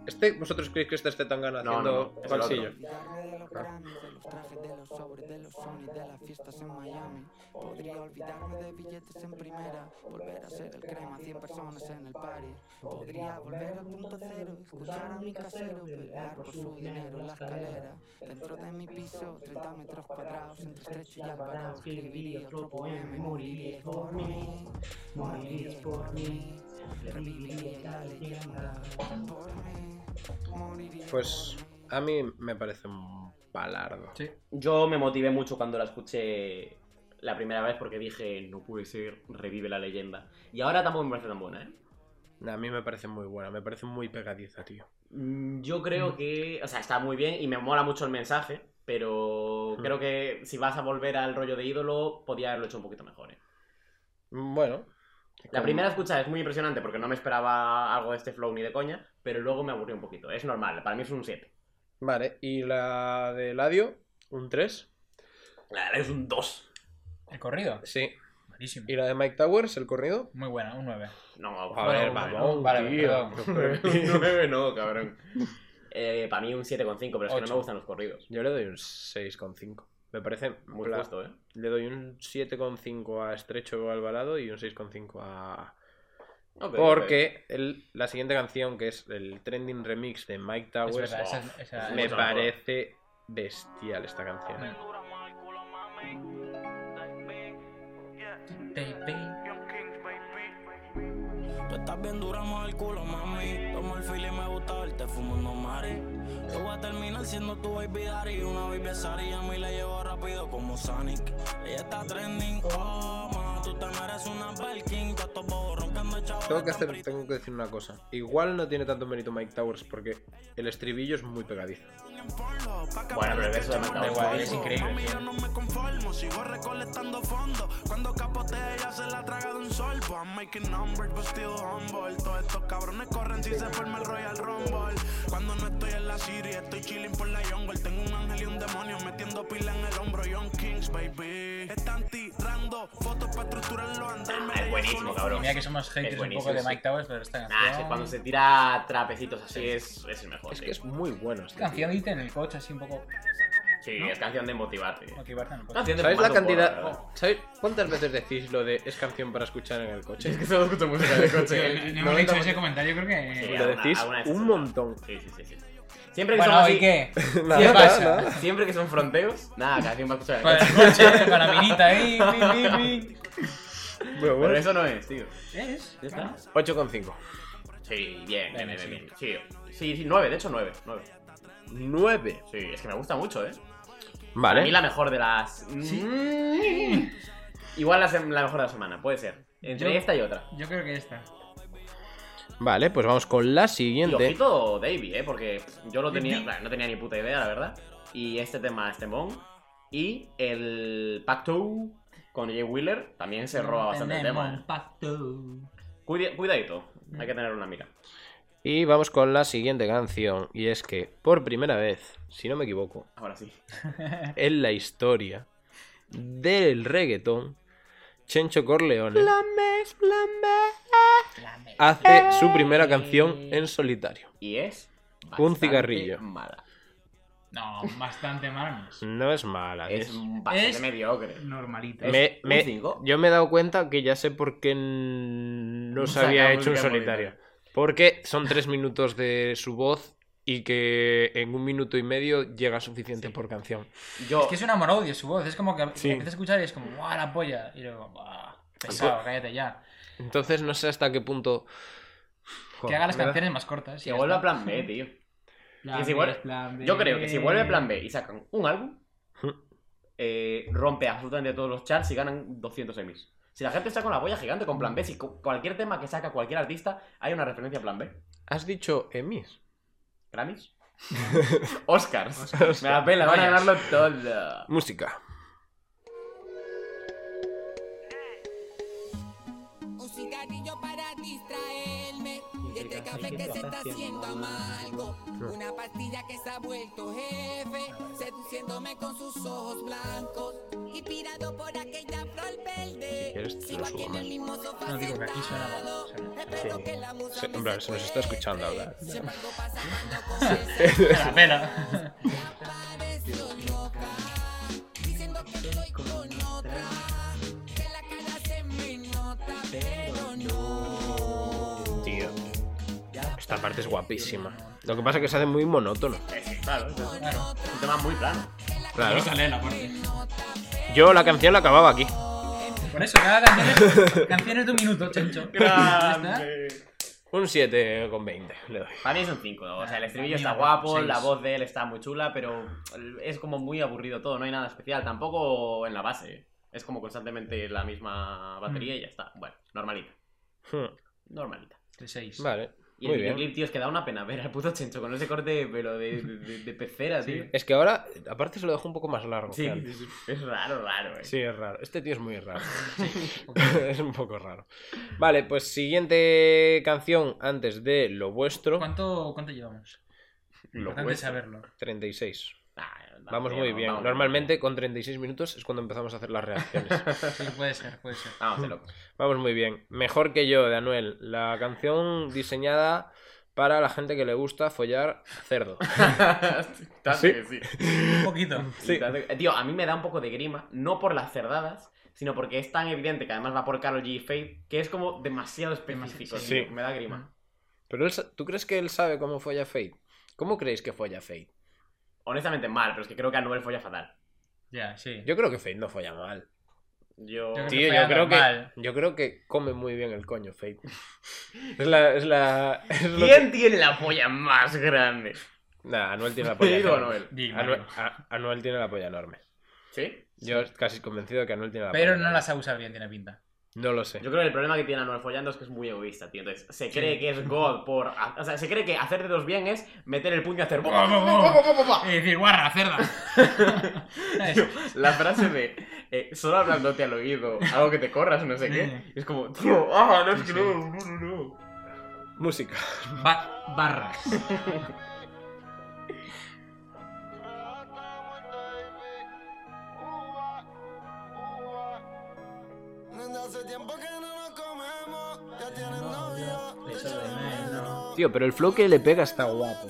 Este, ¿Vosotros creéis que este esté tan No, no, no, haciendo es el falsillo? otro. Darme de los Grammys, de los trajes, de los sobres, de los Sony, de las fiestas en Miami. Podría olvidarme de billetes en primera, volver a ser el crema, 100 personas en el party. Podría volver al punto cero, escuchar a mi casero, pelear por su dinero en la escalera. Dentro de mi piso, 30 metros cuadrados, entre estrecho y alvarado, escribiría otro poema y morirías por mí, morirías por mí. Reviviría la leyenda por mí, moriría Pues a mí me parece un palardo. Sí. Yo me motivé mucho cuando la escuché la primera vez porque dije, no puede ser, revive la leyenda. Y ahora tampoco me parece tan buena, ¿eh? A mí me parece muy buena, me parece muy pegadiza, tío. Mm, Yo creo que, o sea, está muy bien y me mola mucho el mensaje, pero Mm. creo que si vas a volver al rollo de ídolo, podía haberlo hecho un poquito mejor. ¿eh? Bueno. La como- primera escucha es muy impresionante porque no me esperaba algo de este flow ni de coña, pero luego me aburrió un poquito. Es normal, para mí es un 7. Vale, y la de Ladio, un 3. Es un 2. El corrido. Sí. Malísimo. ¿Y la de Mike Towers, el corrido? Muy buena, un 9. No, A ver, Bueno, vamos, vale, tío. Un 9 no, cabrón. Eh, para mí un 7,5, pero es que no Ocho. me gustan los corridos. Yo le doy un 6,5. Me parece Muy pla- justo, ¿eh? Le doy un 7,5 a Estrecho Alvarado y un 6,5 a... Ok, Porque el- la siguiente canción, que es el trending remix de Mike Es Towers, verdad, esa, esa- me mucho parece bestial esta canción. Baby. Tú estás bien dura, mueve el culo, mami. Tomo el fil y me gusta verte fumando mari. Yo voy a terminar siendo tu baby daddy. Una baby Sari, a mí la llevo rápido como Sonic. Ella está trending, oh, ma, tú te mereces una Belkin. Yo estos bobos roncando chavos. Tengo que, están hacer, tengo que decir una cosa. Igual no tiene tanto mérito Mike Towers porque el estribillo es muy pegadizo. Bueno, pero el verso de Manta Da igual, es increíble. No me conformo, sigo recolectando fondos. Cuando capotea ella se la traga de un solvo. I'm making numbers, but still humble. Todos estos cabrones corren si se forma el Royal Rumble. Cuando no estoy en la city, estoy chilling por la jungle. Tengo un ángel y un demonio metiendo pila en el hombro. Young Kings, baby. Están tirando fotos para estructurar los andares. Es buenísimo, Y cabrón. mira que somos haters un buenísimo, poco de sí. Mike Towers, pero esta canción. Ah, es que cuando se tira trapecitos así es, es el mejor. Es sí. que es muy bueno este Esta canción tío. irte en el coche así un poco Sí, es canción de motivarte. motivarte en el coche. Canción de ¿Sabéis la fumar un cantidad? porro, la verdad. ¿Sabéis cuántas veces decís lo de es canción para escuchar en el coche? Es que solo escucho música de coche. ¿eh? Tío, no hemos hecho ese comentario, creo Sí, que. Lo decís alguna vez un sí. montón. Sí, sí, sí, sí. Siempre que Bueno, son ¿y así- qué? Nada, ¿Qué pasa? nada. Siempre que son fronteos, nada, canción para escuchar en Pues, el Con el coche. coche, con la minita eh, ahí, pim, pim, pim. Bueno, Pero bueno. eso no es, tío. ¿Es? ¿Ya está? 8,5. Sí, bien, bien, bien, Venga, bien. Sí, sí, sí, nueve, de hecho nueve, nueve. 9. Sí, es que me gusta mucho, ¿eh? A mí Vale. la mejor de las... Mm. Igual la, sem- la mejor de la semana, puede ser. Entre Yo- esta y otra. Yo creo que esta. Vale, pues vamos con la Y siguiente. ojito Davey, ¿eh? Porque yo no tenía, Davey. bueno, no tenía ni puta idea, la verdad. Y este tema es temón. Y el Pacto con Jay Wheeler también se roba bastante el Tenemos tema, un ¿eh? pacto. Cuide- cuidadito, hay que tener una mira. Y vamos con la siguiente canción. Y es que, por primera vez, si no me equivoco, Ahora sí. en la historia del reggaetón, Chencho Corleone hace Eh. su primera canción en solitario. Y es. Un bastante cigarrillo. Mala. No, bastante manos. No es mala. Es es- bastante es- mediocre. Normalita. es Me- un me- cinco. yo me he dado cuenta que ya sé por qué n- no se Saca había música hecho un en solitario. Porque son tres minutos de su voz y que en un minuto y medio llega suficiente por canción. Yo. Es que es un amor odio su voz. Es como que Sí. empiezas a escuchar y es como, ¡guau, la polla! Y luego, "Buah, Pesado, cállate ya. Entonces no sé hasta qué punto... Que Joder, haga las me da- canciones más cortas. Que vuelva a plan B, tío. que si vuelve- Yo creo que si vuelve a plan B y sacan un álbum, eh, rompe absolutamente todos los charts y ganan 200 semis. Si la gente está con la boya gigante con plan B, si cu- cualquier tema que saca cualquier artista, hay una referencia a plan B. ¿Has dicho Emis? Grammys. Oscars. Me da pena, van a ganarlo todo. Música. Un cigarrillo para distraerme. Y este cigarrillo jefe que se está haciendo amargo. Una pastilla que se ha vuelto jefe, seduciéndome con sus ojos blancos. Inspirado por aquella flor verde. quieres, te lo Sigo aquí subo en más. el mismo sofá No digo que aquí suena mal, sentado. suena- Espero que la Se- musa me en plan, se nos secuestre. está escuchando hablar. Si algo pasa cuando conversa, La pena. aparezco loca, diciendo que estoy con otra, que la cara se me nota, pero no. Tío. Esta parte es guapísima. Lo que pasa es que se hace muy monótono. Claro, es un tema muy plano. Claro. No sale en la parte. Yo la canción la acababa aquí. Por eso, cada canción es, canciones de un minuto, chencho. Ya Un 7 con 20 le doy. Para mí es un 5. O Ah, sea, el estribillo Para mí está pues, un guapo, seis. la voz de él está muy chula, pero es como muy aburrido todo, no hay nada especial. Tampoco en la base. Es como constantemente la misma Mm. batería y ya está. Bueno, normalita. Hmm, Normalita. está. 6. Vale. Y Muy el bien. videoclip, tío, es que da una pena ver al puto Chencho con ese corte pero de, de, de- de pecera, tío. Es que ahora, aparte se lo dejo un poco más largo. Sí, claro. sí, sí. es raro, raro, eh. Sí, es raro. Este tío es muy raro. es un poco raro. Vale, pues siguiente canción antes de Lo Vuestro. ¿Cuánto, ¿Cuánto llevamos? Lo Importante cuesta. saberlo. 36. Ah, va Vamos muy bien. vamos Normalmente con 36 minutos es cuando empezamos a hacer las reacciones. Sí, puede ser, puede ser. Vamos, de locos. Vamos muy bien. Mejor que yo, de Anuel. La canción diseñada para la gente que le gusta follar cerdo. Tanto Sí. que sí. Un poquito. Sí. Y tanto que- eh, Tío, a mí me da un poco de grima, no por las cerdadas, sino porque es tan evidente que además va por Carol G y Faith, que es como demasiado específico. Demasi- sí. tío. Me da grima. Pero él sa- ¿tú crees que él sabe cómo folla Fate? ¿Cómo creéis que folla Fate? Honestamente, mal, pero es que creo que Anuel folla fatal. Ya, sí. Yo creo que Fate no folla mal. Yo. Yo creo Tío, folla yo creo normal. que yo creo que come muy bien el coño Fate. Es la es la es lo que- ¿Quién tiene la polla más grande? Nah, Anuel tiene la polla. Digo enorme. Anuel. Digo Anuel, Anuel. a- Anuel tiene la polla enorme. ¿Sí? Yo casi convencido de que Anuel tiene la Pero polla no enorme. las ha usado bien, tiene pinta. No lo sé. Yo creo que el problema que tiene Anuel follando es que es muy egoísta, tío. Entonces, se cree que es God por. O sea, se cree que hacer dedos bien es meter el puño y hacer. Y decir, guarra, cerda. ¿Sabes? La frase de eh, solo hablándote al oído, algo que te corras, no sé qué. Es como, tío, ah, no es que no, no, no, no. Música. Ba- barras. hace tiempo que no nos comemos. Ya tienes novio. Te echo de menos. Tío, pero el flow que le pega está guapo.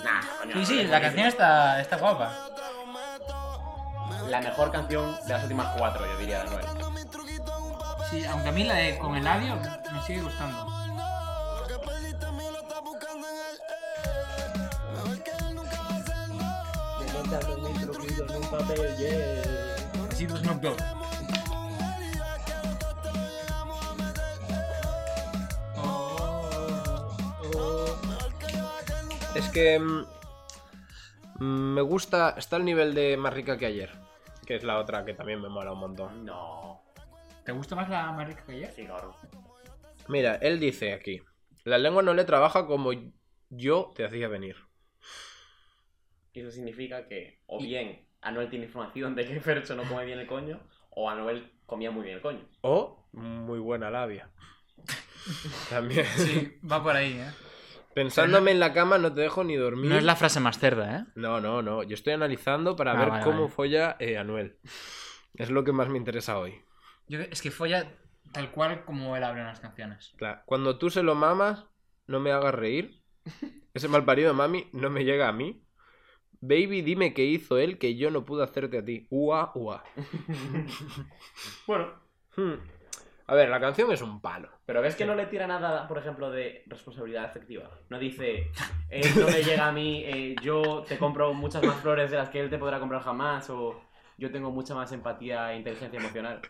Sí, sí, la canción está, está guapa. Yo te hago meto. La mejor canción de las últimas cuatro, yo diría, de Anuel. Mejorando mis truquitos en un papel. Sí, aunque a mí la de con el labio me sigue gustando. Lo que perdiste en mí lo estás buscando en él. eh. Mejor que él nunca va a ser no. Así dos Snoop Dogg. Es que mm, mm, me gusta, está al nivel de más rica que ayer, que es la otra que también me mola un montón. No, ¿Te gusta más la más rica que ayer? sí, claro. Mira, él dice aquí, la lengua no le trabaja como yo te hacía venir. Y Eso significa que, o bien, Anuel tiene información de que Fercho no come bien el coño, o Anuel comía muy bien el coño. O muy buena labia. También. Sí, va por ahí, ¿eh? Pensándome en la cama no te dejo ni dormir. No es la frase más cerda, ¿eh? No, no, no. Yo estoy analizando para Ah, ver vale, cómo vale. folla eh, Anuel. Es lo que más me interesa hoy. Yo, es que folla tal cual como él abre unas canciones. Claro, Cuando tú se lo mamas, no me hagas reír. Ese malparido mami no me llega a mí. Baby, dime qué hizo él que yo no pude hacerte a ti. Ua, ua. Bueno. Hmm. A ver, la canción es un palo. Pero ves que no le tira nada, por ejemplo, de responsabilidad afectiva. No dice, eh, no me llega a mí, eh, yo te compro muchas más flores de las que él te podrá comprar jamás, o yo tengo mucha más empatía e inteligencia emocional.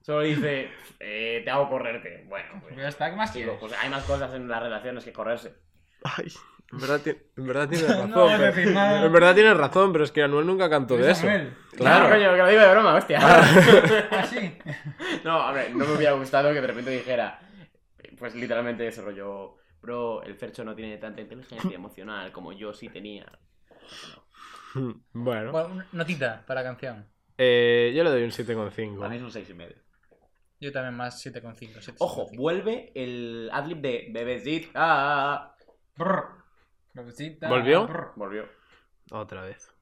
Solo dice, eh, te hago correrte. Bueno, Pues pues, ya está, ¿qué más digo, quieres? pues hay más cosas en las relaciones que correrse. Ay, en verdad, ti- en verdad tienes razón. No, pero- es decir, nada. En verdad tienes razón, pero es que Anuel nunca cantó de Es eso. Anuel. No, Claro. coño, que lo digo de broma, hostia. Ah, sí. No, hombre, no me hubiera gustado que de repente dijera, eh, pues literalmente ese rollo, bro, el Fercho no tiene tanta inteligencia emocional como yo sí tenía. Hmm, Bueno, Bueno, una notita para la canción. Eh, yo le doy un Para mí es 7,5. un seis y medio. Yo también más 7,5. 7,5. Ojo, vuelve el adlib de Bebecita. ¿Volvió? Volvió. Otra vez.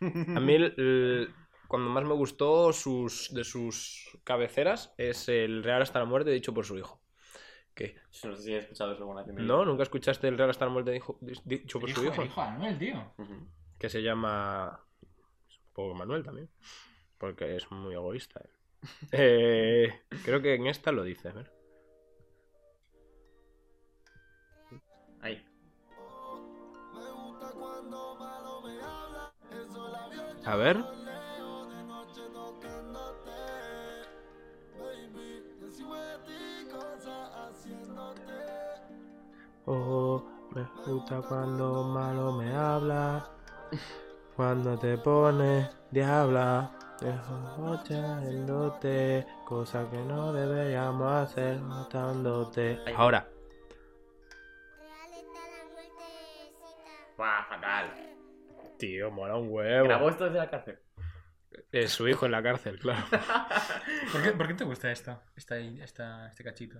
A mí, el- el- cuando más me gustó sus, de sus cabeceras es el Real hasta la muerte dicho por su hijo. ¿Qué? No sé si he escuchado eso alguna vez. ¿No? ¿Nunca escuchaste el Real hasta la muerte dijo- di- dicho por Hijo, su hijo? el hijo de Anuel, tío. Ujú. Que se llama. Supongo que Manuel también. Porque es muy egoísta. él. Eh, creo que en esta lo dice. A ver. Ahí. A ver. Oh, me gusta cuando malo me habla. Cuando te pone diabla. Dejándote, cosa que no deberíamos hacer matándote. Ahora. Buah, fatal. Tío, mola un huevo. Grabó esto desde la cárcel. Eh, su hijo en la cárcel, claro. ¿Por qué, por qué te gusta esto? Esta, esta, este cachito.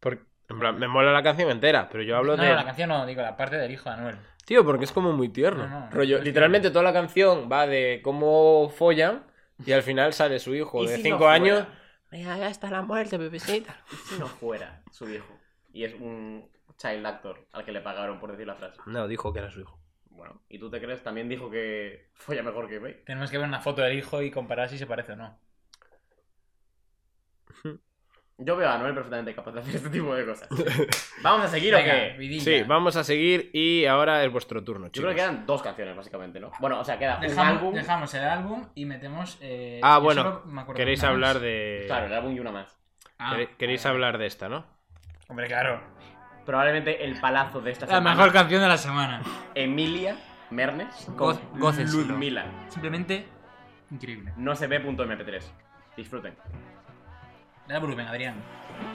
Porque, en plan, me mola la canción entera, pero yo hablo No, de. no, la canción no, digo, la parte del hijo de Anuel. Tío, porque es como muy tierno. No, no, Rollo, es literalmente toda la canción va de cómo follan y al final sale su hijo ¿Y de si 5 no años. fuera? Mira, ya está la muerte, bebecita. ¿Y si no fuera su hijo? Y es un child actor al que le pagaron por decir la frase. No, dijo que era su hijo. Bueno, ¿y tú te crees? También dijo que folla mejor que Bey. Tenemos que ver una foto del hijo y comparar si se parece o no. Yo veo a Anuel perfectamente capaz de hacer este tipo de cosas. ¿Vamos a seguir o Venga, qué? vidilla. Sí, vamos a seguir y ahora es vuestro turno, Yo chicos. creo que quedan dos canciones, básicamente, ¿no? Bueno, o sea, queda un Dejamos, álbum. dejamos el álbum y metemos. eh, Ah, yo bueno, solo me acuerdo Queréis una hablar más. de. Claro, el álbum y una más. Ah, quere- Queréis hablar de esta, ¿no? Hombre, claro. Probablemente el palazo de esta La semana. mejor canción de la semana. Emilia Mernes con Go- gócenselo. Ludmila. Simplemente increíble. No se ve.mp3. Disfruten. Dale volumen, Adrián. La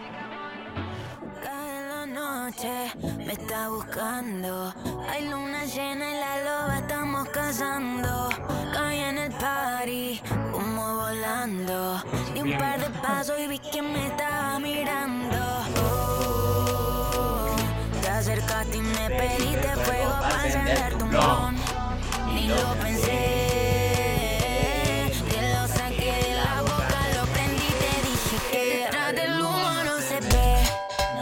de la noche me está buscando. Hay luna llena y la loba estamos cazando. Caí en el party, como volando. Di un par de pasos y vi que me estaba mirando. Oh, te acercaste y me pediste fuego para encender tu blon. Ni lo pensé. Te lo saqué de la boca, lo prendí y te dije que detrás del humo no se ve.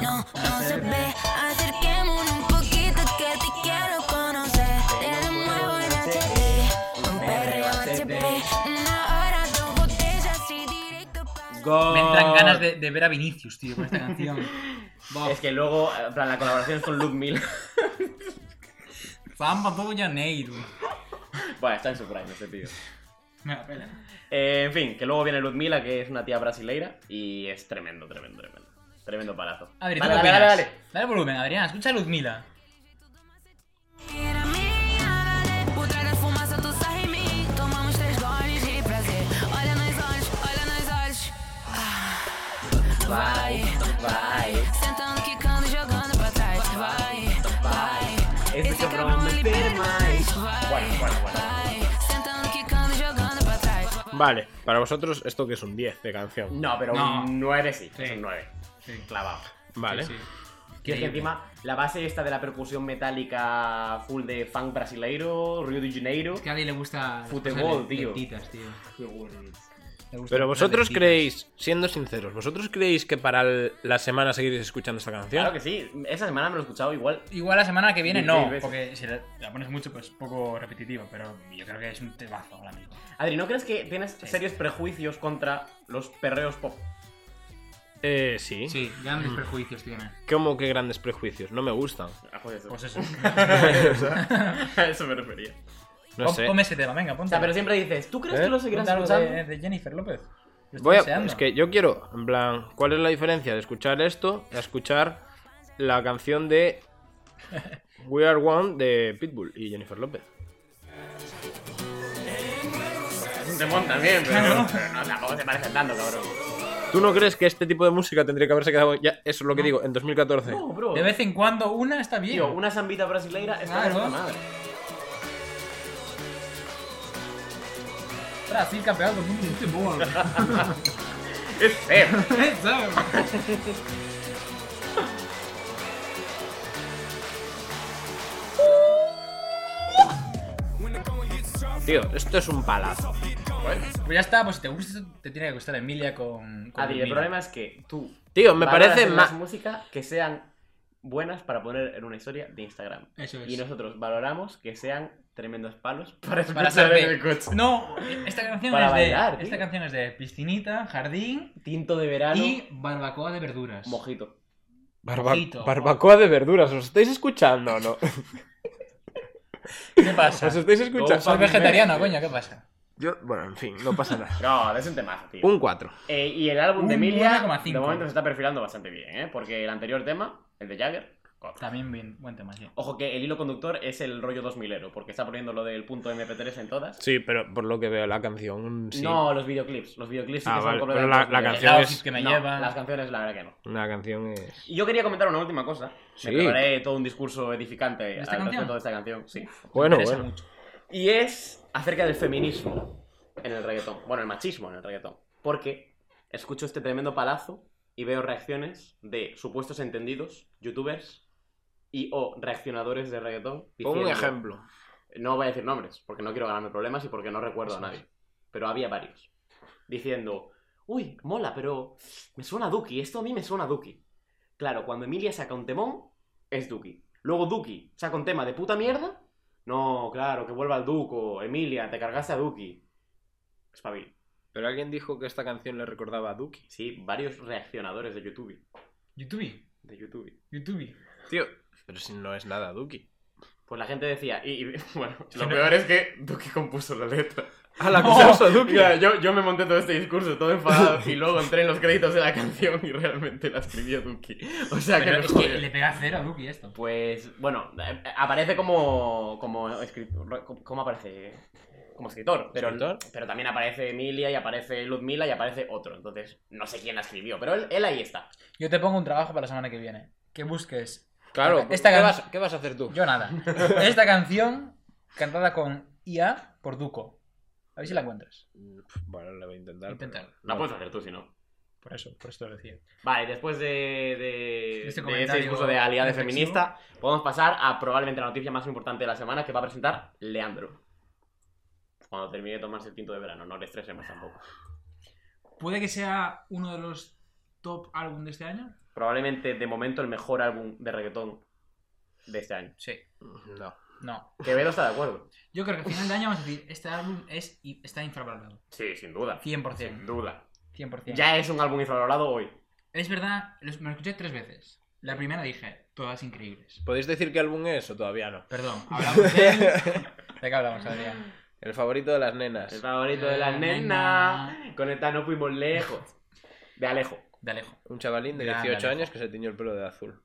No, no se ve. Acerquémonos un poquito que te quiero conocer. Te lo muevo en HD. Un perreo HP. Una hora, dos botellas y directo para. Me Oh. entran ganas de, de ver a Vinicius, tío, con esta canción. Es que luego, en plan, la colaboración es con Ludmila. Pampa todo Janeiro. bueno, está en su prime este tío. Me la pela. Eh, en fin, que luego viene Ludmila, que es una tía brasileira. Y es tremendo, tremendo, tremendo. Tremendo palazo. Adri, ¿tú Dale, qué dale, dale, opinas? dale. Dale volumen, Adrián. Escucha a Luzmila. Mira, mira, o trago a fumaça, tu sarra em mim. Tomamos três goles de prazer. Olha nos olhos, olha nos olhos. Ah, Vai, vai, sentando, quicando, jogando pra trás. Vai, vai, Esse esse é cabrão cabrão não libera tem mais. Vai, Bueno, bueno, bueno. vai, sentando, quicando, jogando pra trás. Vale, para vosotros esto que es un 10 de canción. No, pero No. un 9 sí. Sí. Es un 9. Sí. Clavado. Vale. Sí, sí. Que es que encima la base esta de la percusión metálica full de funk brasileiro, Río de Janeiro. Es que a Adri le gusta. las Futebol, cosas de- tío. lentitas, tío. Le gusta Pero las vosotros lentitas. creéis, siendo sinceros, ¿vosotros creéis que para el- la semana seguiréis escuchando esta canción? Claro que sí. Esa semana me lo he escuchado igual. Igual la semana que viene no, Dieciséis veces. porque si la, la pones mucho, pues poco repetitivo. Pero yo creo que es un temazo ahora mismo. Adri, ¿no crees que tienes serios prejuicios contra los perreos pop? Eh, sí. Sí, grandes prejuicios tiene. ¿Cómo que grandes prejuicios? No me gustan. Ah, joder, eso. Pues eso. a eso me refería. No Pon- sé. Ponme ese tema, venga, O ponte. sea, pero siempre dices, ¿tú crees ¿Eh? que lo seguirás escuchando? De, de Jennifer López. Lo estoy Voy a- deseando. es que yo quiero, en plan, ¿cuál es la diferencia de escuchar esto a escuchar la canción de We Are One de Pitbull y Jennifer López? Es un temón también, pero, pero no, tampoco te parece tanto, cabrón. ¿Tú no crees que este tipo de música tendría que haberse quedado ya? Eso es lo que digo, en 2014. No, bro. De vez en cuando una está bien. Tío, una zambita brasileira está de Claro. puta madre. Brasil campeón del mundo este de fútbol. Es feo. ¿Sabes? Tío, esto es un palazo. Pues ya está, pues si te gusta, te tiene que gustar Emilia con. con Adri, el Emilia. Ah, problema es que tú. Tío, me valoras parece en ma- las música que sean buenas para poner en una historia de Instagram. Eso es. Y nosotros valoramos que que sean tremendos palos para, escuchar saber en el coche. No, esta canción, Para es, bailar, tío. de, Ah, esta canción es de piscinita, jardín Tinto de verano. y barbacoa de verduras. Mojito. Barba- Ojito. barbacoa de verduras, ¿os estáis escuchando o no? ¿Qué pasa? ¿Os estáis Go escuchando? Soy Oh, fucking vegetariano, veggie. coño, ¿qué pasa? Yo, bueno, en fin, no pasa nada. No, es un temazo, tío. Un 4. Eh, y el álbum de Un Emilia, 9,5. de momento se está perfilando bastante bien, ¿eh? Porque el anterior tema, el de Jagger. oh. También bien, buen tema, sí. Ojo que el hilo conductor es el rollo 2000ero, porque está poniendo lo del punto MP3 en todas. Sí, pero por lo que veo la canción, sí. No, los videoclips. Los videoclips sí Ah, que son vale, pero completamente la- la diferentes. El canción outfit es- que me Eh, No, lleva. Las canciones, la verdad que no. La canción es... Y yo quería comentar una última cosa. Sí. Me preparé todo un discurso edificante al esta canción? respecto de esta canción. Sí. Bueno, interesa bueno. Y es acerca del feminismo en el reggaetón. Bueno, el machismo en el reggaetón. Porque escucho este tremendo palazo y veo reacciones de supuestos entendidos, youtubers y o reaccionadores de reggaetón. Pon un diciendo- ejemplo. No voy a decir nombres, porque no quiero ganarme problemas y porque no recuerdo a nadie. Pero había varios. Diciendo, uy, mola, pero me suena a Duki, esto a mí me suena a Duki. Claro, cuando Emilia saca un temón, es Duki. Luego Duki saca un tema de puta mierda. No, claro, que vuelva al Duco. Emilia, te cargaste a Duki. Espabil. Pero alguien dijo que esta canción le recordaba a Duki. Sí, varios reaccionadores de YouTube. YouTube, De YouTube. YouTube. Tío, pero si no es nada Duki. Pues la gente decía, y, y, bueno, lo peor es que Duki compuso la letra. Ah, la compuso Duki. Claro, yo, yo me monté todo este discurso, todo enfadado, y luego entré en los créditos de la canción y realmente la escribió Duki. O sea que Pero me es que jodió. le pega cero a Duki esto. Pues, bueno, eh, aparece como, como escritor, ¿cómo aparece? Como escritor, pero, ¿Escritor? pero también aparece Emilia y aparece Ludmila y aparece otro, entonces no sé quién la escribió, pero él, él ahí está. Yo te pongo un trabajo para la semana que viene. Que busques. Claro, Esta ¿qué, can- vas, qué vas a hacer tú? Yo nada. Esta canción cantada con IA por Duco. A ver si la encuentras. Pff, Bueno, le voy a intentar. Intentar. pero- La puedes hacer tú si no. Por eso, por esto lo decía. Vale, después de, de, Este de este comentario discurso de aliada de reflexivo. feminista, podemos pasar a probablemente la noticia más importante de la semana que va a presentar Leandro. Cuando termine de tomarse el tinto de verano, no le estresemos tampoco. Puede que sea uno de los top álbum de este año. Probablemente, de momento, el mejor álbum de reggaetón de este año. Sí. No. No. Quevedo está de acuerdo. Yo creo que al final de año vamos a decir, este álbum es, i- está infravalorado. Sí, sin duda. 100%. Sin duda. 100%. Ya es un álbum infravalorado hoy. Es verdad, los- me lo escuché tres veces. La primera dije, todas increíbles. ¿Podéis decir qué álbum es o todavía no? Perdón, hablamos de... ¿De qué hablamos, Adrián? El favorito de las El nenas. favorito de la Eh, nena. Con esta no fuimos lejos. De Alejo. De Alejo. Un chavalín de Gran 18 Alejo. años que se tiñó el pelo de azul.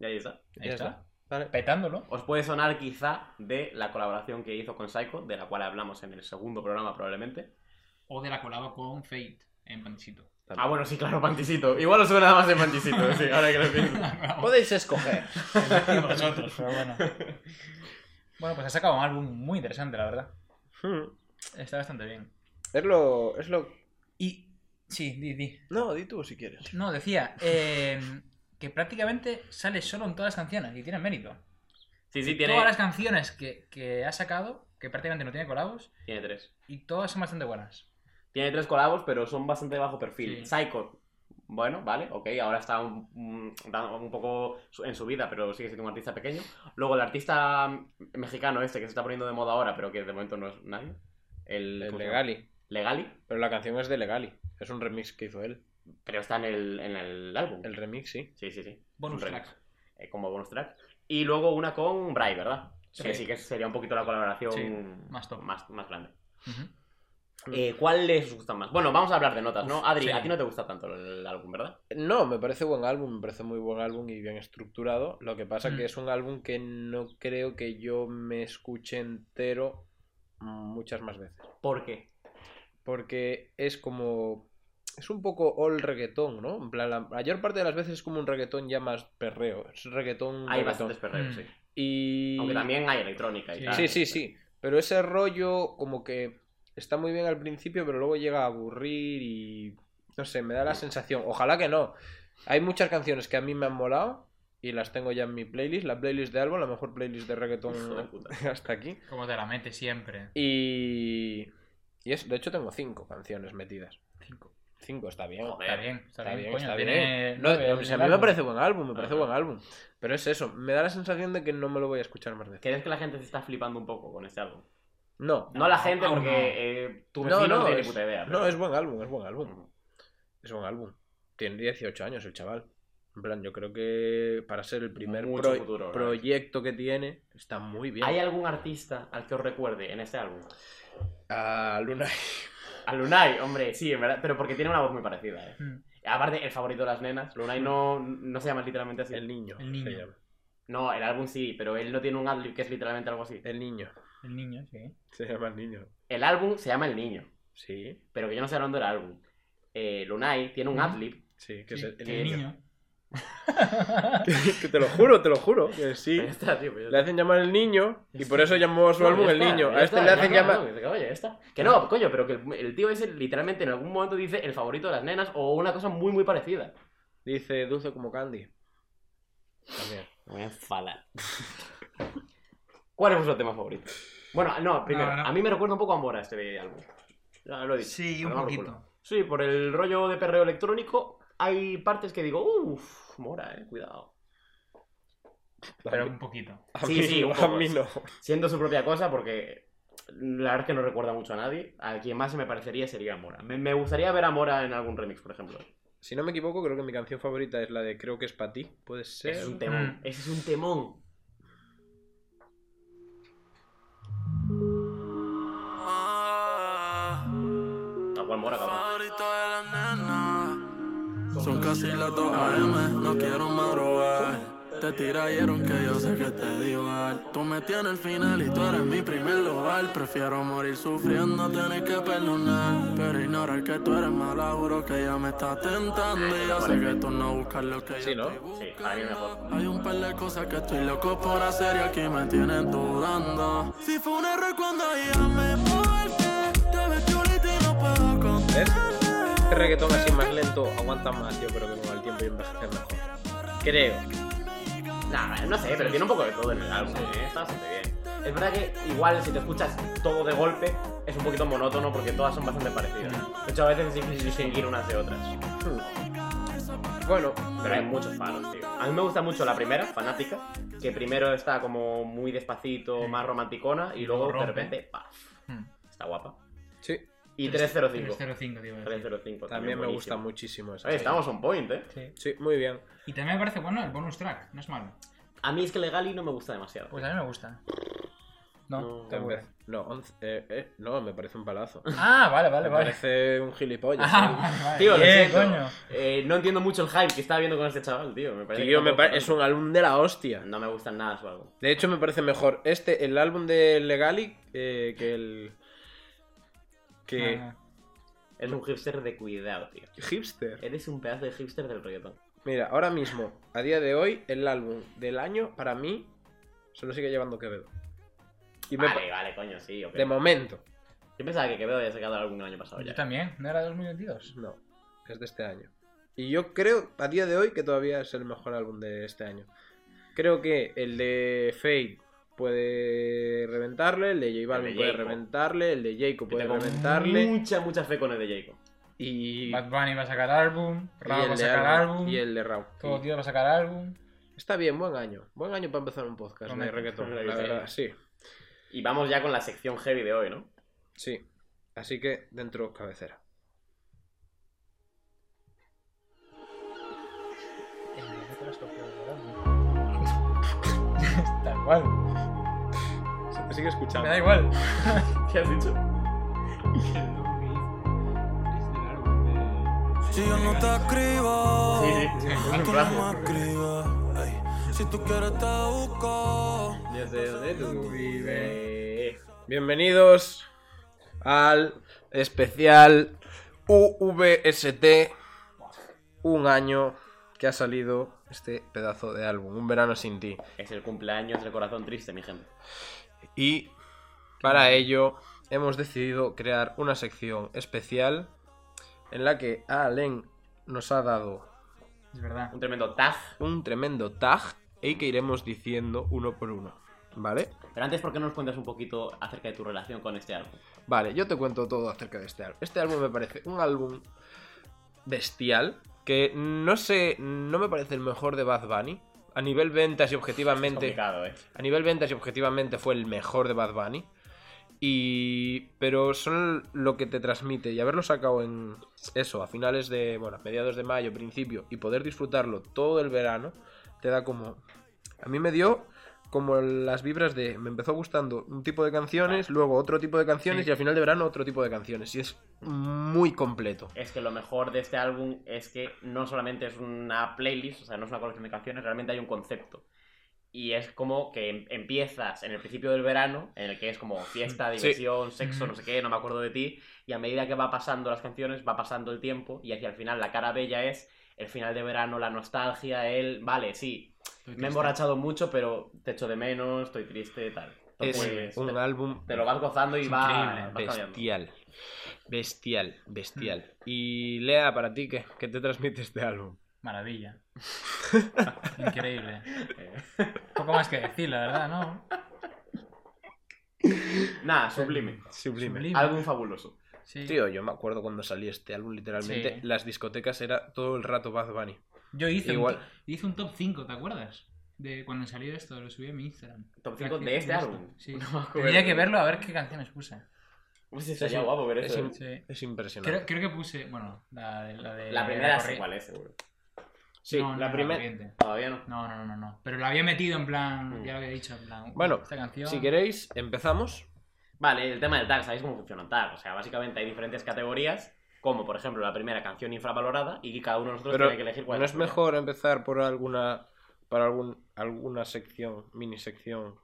Y ahí está. Ahí Ya está. Vale. Petándolo. Os puede sonar quizá de la colaboración que hizo con Psycho, de la cual hablamos en el segundo programa probablemente. O de la colaba con Fate en Panchito. Ah, bueno, sí, claro, Pantisito. Igual os suena nada más de Pantisito, sí, ahora que lo pienso. Podéis escoger. vosotros, pero bueno. Bueno, pues ha sacado un álbum muy interesante, la verdad. Hmm. Está bastante bien. es lo. Es lo. Y. Sí, di, di. No, di tú si quieres. No, decía eh, que prácticamente sale solo en todas las canciones y tiene mérito. Sí, sí, Todas tiene, las canciones que, que ha sacado, que prácticamente no tiene colabos, tiene tres. y todas son bastante buenas. Tiene tres colabos, pero son bastante de bajo perfil. Sí. Psycho, bueno, vale, ok, ahora está un, un- da- un poco su- en su vida, pero sigue siendo un artista pequeño. Luego el artista mm, mexicano este que se está poniendo de moda ahora, pero que de momento no es nadie. El, El ¿cómo se llama? Legali. Legali, Pero la canción es de Legali. Es un remix que hizo él. pero está en el, en el álbum. El remix, sí. Sí, sí, sí. Bonus Un remix. track. Eh, como bonus track. Y luego una con Bray, ¿verdad? Sí. Que sí que sería un poquito la colaboración Sí, más top. más, más grande. Ujú. Eh, ¿Cuál les gusta más? Bueno, vamos a hablar de notas, ¿no? Uf, Adri, sí. a ti no te gusta tanto el álbum, ¿verdad? No, me parece buen álbum, me parece muy buen álbum y bien estructurado. Lo que pasa Mm. que es un álbum que no creo que yo me escuche entero muchas más veces. ¿Por qué? Porque es como... Es un poco all reggaetón, ¿no? En plan, la mayor parte de las veces es como un reggaetón ya más perreo. Es reggaetón... Hay reggaetón. bastantes perreos, Mm. sí. Y... Aunque también hay electrónica y Sí. tal. Sí, sí, sí. Pero ese rollo como que está muy bien al principio, pero luego llega a aburrir y... No sé, me da la sensación. Ojalá que no. Hay muchas canciones que a mí me han molado y las tengo ya en mi playlist. La playlist de álbum, la mejor playlist de reggaetón Hijo de puta. hasta aquí. Como te la metes siempre. Y. y es, de hecho, tengo cinco canciones metidas. Cinco. Cinco, está bien. Joder, está bien, está bien, coño, está tiene bien. No, nueve no, en si a el mí me álbum. parece buen álbum, me parece Ajá. buen álbum. Pero es eso, me da la sensación de que no me lo voy a escuchar más veces. ¿Crees que la gente se está flipando un poco con este álbum? No. No la gente, Aún porque no. eh, tu vecino no, tiene es, ni puta idea. No, pero- es buen álbum, es buen álbum. Es buen álbum. Tiene 18 años el chaval. En plan, yo creo que para ser el primer Mucho pro- futuro, ¿verdad? proyecto que tiene, está muy bien. ¿Hay algún artista al que os recuerde en este álbum? A Lunay. A Lunay, hombre, sí, en verdad, pero porque tiene una voz muy parecida. ¿eh? Mm. Aparte, el favorito de las nenas, Lunay no, no se llama literalmente así. El niño. El niño. No, el álbum sí, pero él no tiene un álbum que es literalmente algo así. El niño. El niño, sí. Se llama el niño. El álbum se llama El Niño, Sí, pero que yo no estoy hablando del álbum. Eh, Lunay tiene un Ujú. adlib, sí, que Sí, es el, el niño. niño. que te lo juro, te lo juro, que sí. pero ya está, tío, pero ya Le está. hacen llamar el niño y por eso llamó su No, álbum ya El está, Niño. ya A este está, le ya hacen no, llamar. no, que- Oye, ya está. Que no, coño, pero que el, el tío ese literalmente en algún momento dice el favorito de las nenas o una cosa muy, muy parecida. Dice dulce como candy. También. Me voy a enfadar. ¿Cuál es vuestro tema favorito? Bueno, no, primero, No, no. a mí me recuerda un poco a Mora este álbum. Ya lo he dicho. Sí, A un tomar por poquito. culo. Sí, por el rollo de perreo electrónico, hay partes que digo, uff, Mora, eh, cuidado. Pero un poquito. A Sí, mí- sí, un a poco, mí sí. no. Siendo su propia cosa, porque la verdad es que no recuerda mucho a nadie. A quien más se me parecería sería Mora. Me, me gustaría ver a Mora en algún remix, por ejemplo. Si no me equivoco, creo que mi canción favorita es la de Creo que es para ti. Puede ser. Ese es un temón. Mm. Ese es un temón. Tal cual pues Mora, cabrón. favorito de las nenas. Son casi las 2 AM, no quiero madrugar. Te tiraron que yo sé que te di igual. Tú me tienes al final y tú eres mi primer lugar. Prefiero morir sufriendo, tener que perdonar. Pero ignorar que tú eres mala, juro que ya me estás tentando. Y yo sé que tú no buscas lo que Sí, yo ¿no? estoy Sí, a mí mejor. hay un par de cosas que estoy loco por hacer y aquí me tienen dudando. Si fue un error cuando llamé porque te ves chulita y no puedo ¿Ves? contarme. Este reggaetón así más lento aguanta más, yo creo que con el tiempo y envejecer mejor. Creo. Nah, no sé, pero tiene un poco de todo en el álbum. ¿eh? Está bastante bien. Es verdad que igual si te escuchas todo de golpe es un poquito monótono porque todas son bastante parecidas. De hecho, a veces es difícil distinguir unas de otras. Hmm. Bueno, Pero hay muchos palos, tío. A mí me gusta mucho la primera, Fanática, que primero está como muy despacito, más romanticona, y luego de rompe. repente, ¡paf! Mm. Está guapa. sí, Y 305. 305, tío. 305. también me gusta buenísimo. muchísimo esa. Oye, estamos on point, eh. Sí. Sí, muy bien. Y también me parece bueno el bonus track, no es malo. A mí es que Legali no me gusta demasiado. Pues a mí me gusta. No. Tal vez. No, once- eh, eh, no, me parece un palazo. Ah, vale, vale, Me vale. parece un gilipollas. Ah, ¿eh? vale, vale. Tío, lo Bien, siento. coño. Eh, no entiendo mucho el hype que estaba viendo con este chaval, tío. Me parece que Tío, me tampoco- pare- es un álbum de la hostia. No me gustan nada su álbum. De hecho, me parece mejor este, el álbum de Legali, eh, que el. que. Ah, Es un hipster de cuidado, tío. Hipster. Eres un pedazo de hipster del reggaetón. Mira, ahora mismo, a día de hoy, el álbum del año, para mí, solo sigue llevando Quevedo. Y me Vale, pa- vale, coño, sí. ok. De momento. Yo pensaba que Quevedo había sacado el álbum el año pasado Yo Oh, ya. también, ¿no era 2022? pues No, es de este año. Y yo creo, a día de hoy, que todavía es el mejor álbum de este año. Creo que el de Fade puede reventarle, el de J Balvin El de puede Jacob. reventarle, el de Jacob Yo puede tengo reventarle. Mucha, mucha fe con el de Jacob. Y, y Bad Bunny va a sacar álbum, Rao va a el de sacar álbum, álbum, y el de Raúl. todo tío va a sacar álbum. Está bien, buen año. Buen año para empezar un podcast de Prometo. reggaetón, la Sí. verdad, sí. Y vamos ya con la sección heavy de hoy, ¿no? Sí. Así que dentro cabecera. Tal cual, Se te sigue escuchando. me da igual. ¿Qué has dicho? Si yo no te escribo, Sí, sí, sí, con tú un no rap. me escribes. Ey, Si tú quieres te busco. Yo sé dónde tú vives. Bienvenidos al especial UVST. Un año que ha salido este pedazo de álbum, Un verano sin ti. Es el cumpleaños del corazón triste, mi gente. Y para ello hemos decidido crear una sección especial en la que Allen nos ha dado Es verdad. Un tremendo tag. Un tremendo tag. Y que iremos diciendo uno por uno. ¿Vale? Pero antes, ¿por qué no nos cuentas un poquito acerca de tu relación con este álbum? Vale, yo te cuento todo acerca de este álbum. Este álbum me parece un álbum bestial. Que no sé, no me parece el mejor de Bad Bunny. A nivel ventas y objetivamente. Es complicado, ¿eh? A nivel ventas y objetivamente fue el mejor de Bad Bunny. Y. Pero son lo que te transmite. Y haberlo sacado en. Eso, a finales de. Bueno, a mediados de mayo, principio. Y poder disfrutarlo todo el verano. Te da como. A mí me dio como las vibras de. Me empezó gustando un tipo de canciones, luego otro tipo de canciones. Sí. Y al final de verano otro tipo de canciones. Y es muy completo. Es que lo mejor de este álbum es que no solamente es una playlist, o sea, no es una colección de canciones, realmente hay un concepto. Y es como que em- empiezas en el principio del verano, en el que es como fiesta, Sí. diversión, sexo, Mm. no sé qué, no me acuerdo de ti, y a medida que va pasando las canciones, va pasando el tiempo, y hacia el final la cara bella es el final de verano, la nostalgia, el, vale, sí, me triste. he emborrachado mucho, pero te echo de menos, estoy triste, tal. Es Entonces, un Pues, te- álbum. te lo vas gozando y Es va- increíble, vas cambiando. Bestial. Bestial, bestial. Y Lea, para ti, ¿qué, qué te transmite este álbum? Maravilla. Increíble. Poco más que decir, la verdad, ¿no? Nada, sublime. Sublime. Álbum fabuloso. Tío, yo me acuerdo cuando salió este álbum, literalmente. Sí. Las discotecas era todo el rato Bad Bunny. Yo hice, Igual. Un, to- hice un top 5, ¿te acuerdas? De cuando salió esto, lo subí a mi Instagram. Top 5 Gracias de este por álbum. Sí. No me acuerdo. Tendría que verlo a ver qué canciones puse. Pues sí, estaría guapo ver es, eso. ¿eh? im- Sí. es impresionante. Creo, creo que puse, bueno, la de... La, de, La primera es corri- igual, es seguro. Sí, No, no, la no, primer- corriente. Todavía no. No, no, no, no, no. Pero lo había metido en plan, ya lo había dicho, en plan... "Uh, Bueno, esta canción... si queréis, empezamos. Vale, el tema del tag, ¿sabéis cómo funciona el tag? O sea, básicamente hay diferentes categorías, como por ejemplo la primera canción infravalorada, y cada uno de nosotros Pero tiene que elegir cuál ¿no es la suya. mejor empezar por alguna para algún, alguna sección, mini sección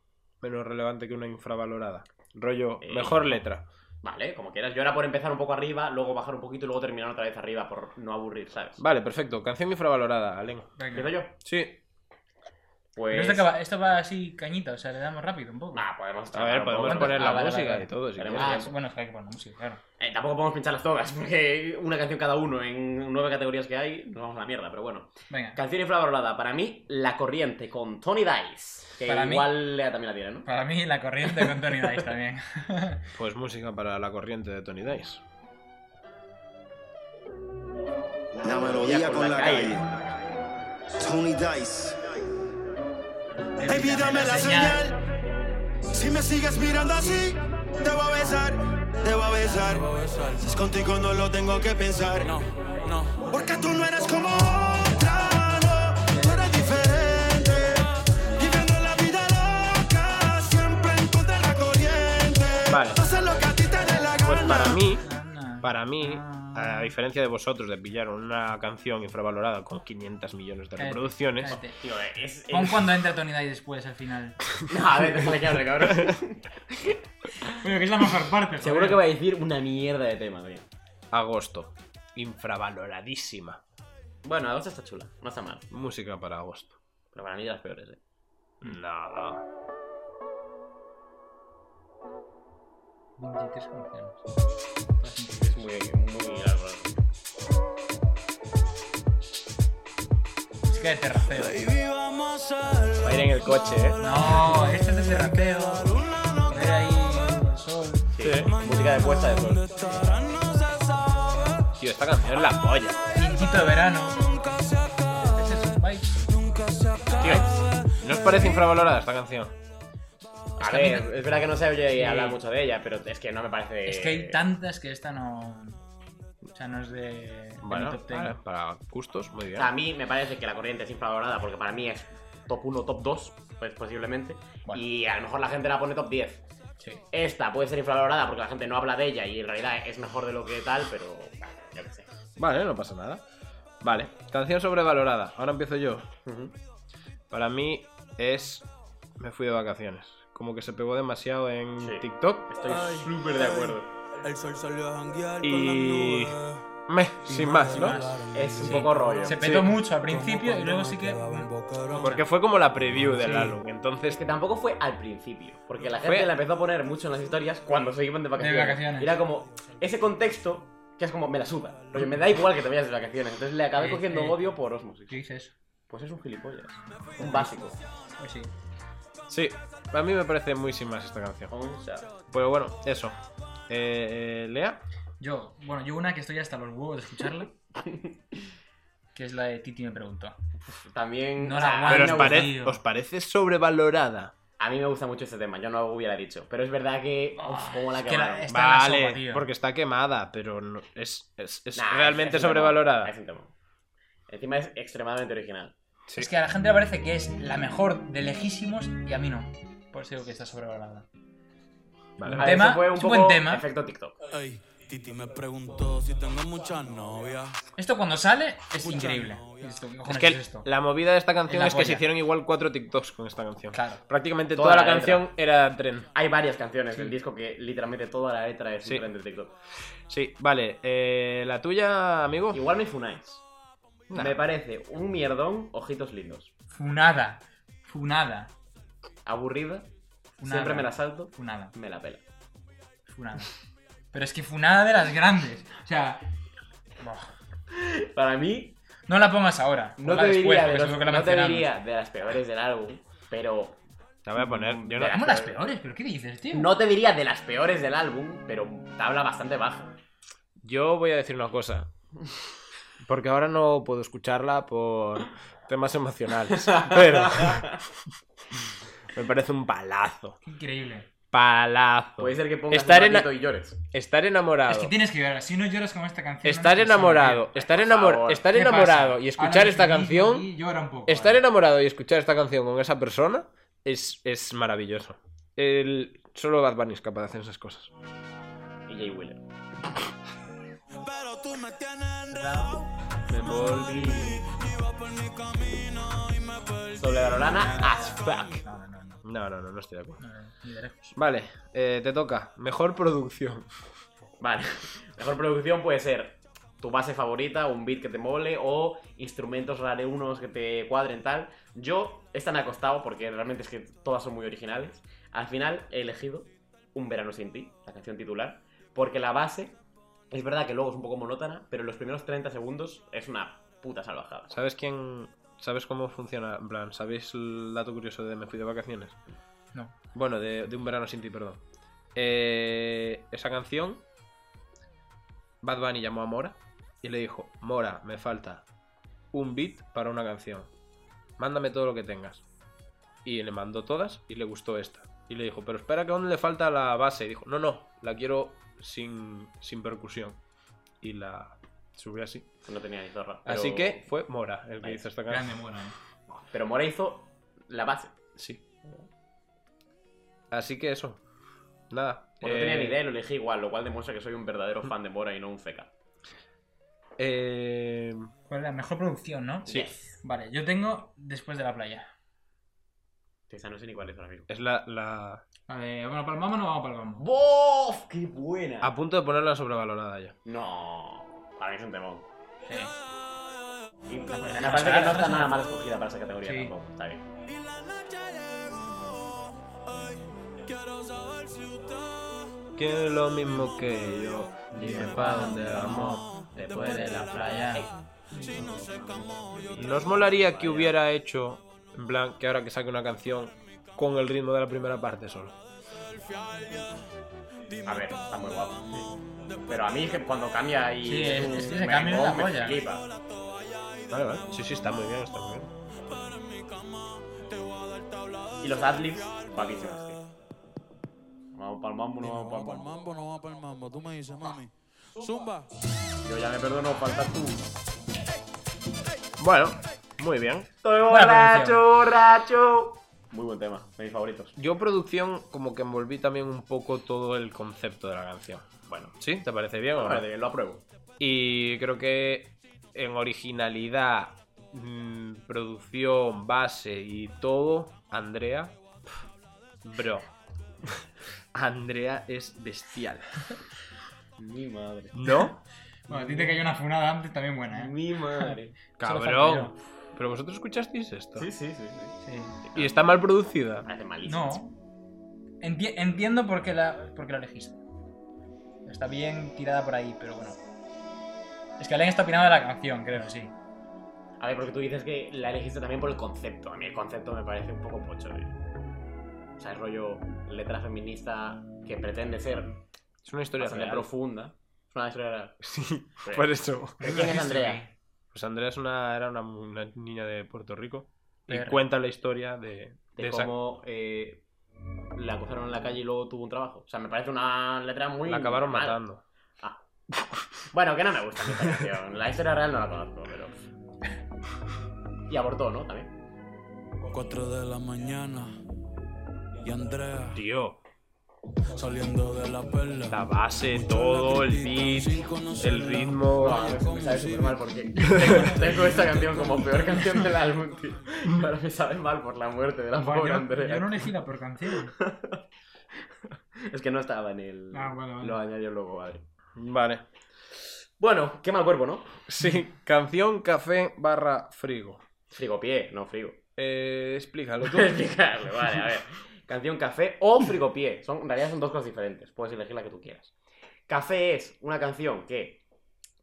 menos relevante que una infravalorada? Rollo, Eh, mejor no. letra. Vale, como quieras. Yo era por empezar un poco arriba, luego bajar un poquito y luego terminar otra vez arriba por no aburrir, ¿sabes? Vale, perfecto. Canción infravalorada, Alen. Venga. ¿Empiezo yo? Sí. Pero Pues. Ah, esto, que va, esto va así cañita, o sea, le damos rápido un poco. Nah, podemos A ver, podemos poner la música y todo, si Tenemos quieres. Ah, tiempo. bueno, es que hay que poner música, claro. Ah, Eh, tampoco podemos pincharlas todas, porque una canción cada uno en nueve categorías que hay, nos vamos a la mierda, pero bueno. Venga, Canción infravalorada, para mí, La Corriente con Tony Dice. Que Para mí- igual Lea también la tiene, ¿no? para mí la corriente con Tony Dice también. Pues música para la corriente de Tony Dice. La melodía con la calle. Tony Dice. Baby, dame la señal. Si me sigues mirando así, te voy a besar, te voy a besar. Si es contigo no lo tengo que pensar. No, no. Porque tú no eres como otra, no. Tú eres diferente. Viviendo la vida loca, siempre en contra de la corriente. Vale. Haces lo que a ti te dé la gana. Pues para mí, Ah. para mí, a diferencia de vosotros de pillar una canción infravalorada con 500 millones de Cállate, reproducciones, cállate. Tío, eh, es. es- Pon cuando entra Tony Dice después al final. No, a ver, déjale que hable, cabrón. Bueno, que es la mejor parte. Seguro que va a decir una mierda de tema, tío. agosto. Infravaloradísima. Bueno, agosto está chula, no está mal. Música para agosto. Pero para mí de las peores, eh. Nada. Es muy, muy largo. Pues, Es que de terraceo. Va a ir en el coche, ¿eh? No, este es de terraceo. Ver ahí el sol. Sí, música de puesta de sol. Tío, esta canción es la polla. Quinquito de verano. Ese es un bike. Tío, ¿no os parece infravalorada esta canción? A ver, es verdad que no se oye Sí. hablar mucho de ella, pero es que no me parece. Es que hay tantas que esta no. O sea, no es de. de mi Bueno, top ten. vale, para gustos, O muy bien. sea, a mí me parece que la corriente es infravalorada porque para mí es top 1, top 2, pues posiblemente. Bueno. Y a lo mejor la gente la pone top 10. Sí. Esta puede ser infravalorada porque la gente no habla de ella y en realidad es mejor de lo que tal, pero. Bueno, yo qué sé. Vale, no pasa nada. Vale, canción sobrevalorada. Ahora empiezo yo. Para mí es. Me fui de vacaciones. Como que se pegó demasiado en Sí. TikTok. Estoy súper de acuerdo. El sol salió a janguear con las Y. nubes. Meh, sin más, ¿no? Es un poco rollo. Se petó Sí. mucho al principio y luego sí que. Porque fue como la preview del Sí. álbum. Es Entonces, que tampoco fue al principio, porque la Fue- gente la empezó a poner mucho en las historias cuando se iban de vacaciones. vacaciones. Y Era como, ese contexto que es como, me la suda. Rollo, me da igual que te vayas de vacaciones. Entonces le acabé Eh, cogiendo eh, odio por osmosis. ¿Qué dices? Pues Pues es un gilipollas. Un básico. Sí. Sí, a mí me parece muy sin más esta canción. Pero bueno, eso. Eh, eh, Lea. Yo, bueno, yo una que estoy hasta los huevos de escucharla. que es la de Titi me preguntó. También. No la Pero aguanto, os, pare- tío. os parece sobrevalorada. A mí me gusta mucho este tema, yo no lo hubiera dicho. Pero es verdad que. Uf, cómo la acabaron. vale, porque está quemada, pero no- es, es- es Nah, realmente es un temón, sobrevalorada. es un temón. Encima es extremadamente original. Es que a la gente le parece que es la mejor de lejísimos y a mí no. Por eso digo que está sobrevalorada. Vale. Un A ver, tema, eso fue un es poco buen tema. Efecto TikTok. Ey, Titi me preguntó si tengo muchas novias. Esto cuando sale es increíble. Esto, ¿qué Es cojones que es esto? la movida de esta canción la es que se polla. hicieron igual cuatro TikToks con esta canción. Prácticamente Toda toda, la la, letra. canción era tren. Hay varias canciones del Sí. disco que literalmente toda la letra es Sí. un tren de TikTok. Sí, vale. eh, la tuya, amigo. Igual me funáis. Nah. Me parece un mierdón, ojitos lindos. Funada. Funada. Aburrida. Funada. Siempre me la salto. Funada. Me la pela. Funada. Pero es que funada de las grandes. O sea. Para mí. No la pongas ahora. No ponla te, después, diría porque de, los- seguro que la no te mencionamos. diría de las peores del álbum, pero. La voy a poner. Yo Pero ¿cómo las peores? ¿Pero qué dices, tío? No te diría de las peores del álbum, pero tabla bastante baja. Yo voy a decir una cosa. Porque ahora no puedo escucharla por temas emocionales. Pero. me parece un palazo. Increíble. Palazo. Puede ser que pongas estar un ena- ratito y llores. Estar enamorado. Es que tienes que llorar. Si no lloras con esta canción. no Estar te sabes enamorado, bien. estar, Por enamor- favor. estar ¿Qué pasa? enamorado y Ahora escuchar esta mismo eh. canción, aquí llora un poco. estar enamorado y escuchar esta canción con esa persona es, es maravilloso. El- Solo Bad Bunny es capaz de hacer esas cosas. Y Jay Wheeler. Me volví. Sobrevalorada as fuck. No, no, no, no estoy de acuerdo. ni de lejos. Vale, eh, te toca. Mejor producción. Vale. Mejor producción puede ser tu base favorita, un beat que te mole o instrumentos rareunos que te cuadren tal. Yo, esta me ha costado porque realmente es que todas son muy originales. Al final he elegido Un verano sin ti, la canción titular, porque la base es verdad que luego es un poco monótona, pero los primeros 30 segundos es una puta salvajada. ¿Sabes quién.? ¿Sabes cómo funciona? En plan, ¿sabéis el dato curioso de Me fui de vacaciones? No. Bueno, de, de Un verano sin ti, perdón. Eh, esa canción. Bad Bunny llamó a Mora y le dijo: Mora, me falta un beat para una canción. Mándame todo lo que tengas. Y le mandó todas y le gustó esta. Y le dijo: Pero espera que aún le falta la base. Y dijo: No, no, la quiero sin, sin percusión. Y la subí así. No tenía ni zorra. Así pero- que fue Mora el que Ahí. hizo esta canción. Pero Mora hizo la base. Sí. Así que eso. Nada. Bueno, eh, no tenía ni idea y lo elegí igual, lo cual demuestra que soy un verdadero fan de Mora y no un feca. eh, ¿Cuál es la mejor producción, no? Sí. Vale, yo tengo Después de la playa. Esa no sé ni cuál es ahora mismo. es la, la- Vale, bueno, palmamos o no vamos palmamos. ¡Bof! ¡Qué buena! A punto de ponerla sobrevalorada ya. No, Ah, para mí es un temón. Sí. Y me parece que no está nada mal escogida para esa categoría tampoco. Está bien. Quiero lo mismo que yo. Dime pa' dónde vamos. Después de la playa. ¿Nos molaría que hubiera hecho, en plan, que ahora que saque una canción con el ritmo de la primera parte solo? A ver, está muy guapo. Pero a mí es que cuando cambia y. Sí, es- es que ese me cambio es la me polla. flipa. Vale, vale. Sí, sí, está muy bien, está muy bien. Y los adlibs, guapísimos, tío. Vamos pa'l mambo, no vamos pa'l Vamos mambo. mambo, no vamos para el mambo. Tú me dices, mami. Zumba. Yo ya me perdono, falta tú. Bueno, muy bien. Estoy borracho, producción. borracho. Muy buen tema, de mis favoritos. Yo producción como que envolví también un poco todo el concepto de la canción. Bueno, ¿Sí? ¿Te parece bien o no? vale, lo apruebo. Y creo que en originalidad, mm, producción, base y todo, Andrea. pf, Bro. Andrea es bestial. Mi madre. ¿No? Bueno, a ti te cayó una funada antes también buena, ¿eh? Mi madre. Cabrón. Pero vosotros escuchasteis esto. Sí, sí, sí. sí. Sí. Y está mal producida. Parece malísimo. No. Enti- entiendo por qué, la, por qué la elegiste. Está bien tirada por ahí, pero bueno. Es que alguien está opinando de la canción, creo, sí. A ver, porque tú dices que la elegiste también por el concepto. A mí el concepto me parece un poco pocho, tío. O sea, el rollo letra feminista que pretende ser. Es una historia bastante real. profunda. Es una historia real. Sí, Pero- por eso. ¿Pero ¿Quién es Andrea? Pues Andrea es una, era una, una niña de Puerto Rico y Perra. cuenta la historia de, De de esa- cómo eh, la acosaron en la calle y luego tuvo un trabajo. O sea, me parece una letra muy. La acabaron mal. matando. Ah. Bueno, que no me gusta mi canción. La historia real no la conozco, pero. Y abortó, ¿no? También. 4 de la mañana y Andrea Tío, saliendo de la perla. la base, todo, el beat, el ritmo. No, me sabe súper mal porque tengo, tengo esta canción como peor canción del álbum, tío. Ahora me sabe mal por la muerte de la Bueno, pobre yo- Andrea. yo no elegí la peor canción. Es que no estaba en el. Ah, vale, vale. Lo añadió luego, vale. Vale. Bueno, qué mal cuerpo, ¿no? Sí, canción café barra frigo. Frigopié, no frigo. Eh, explícalo tú. Explicarle, vale, a ver. Canción café o frigopié. Son, en realidad son dos cosas diferentes. Puedes elegir la que tú quieras. Café es una canción que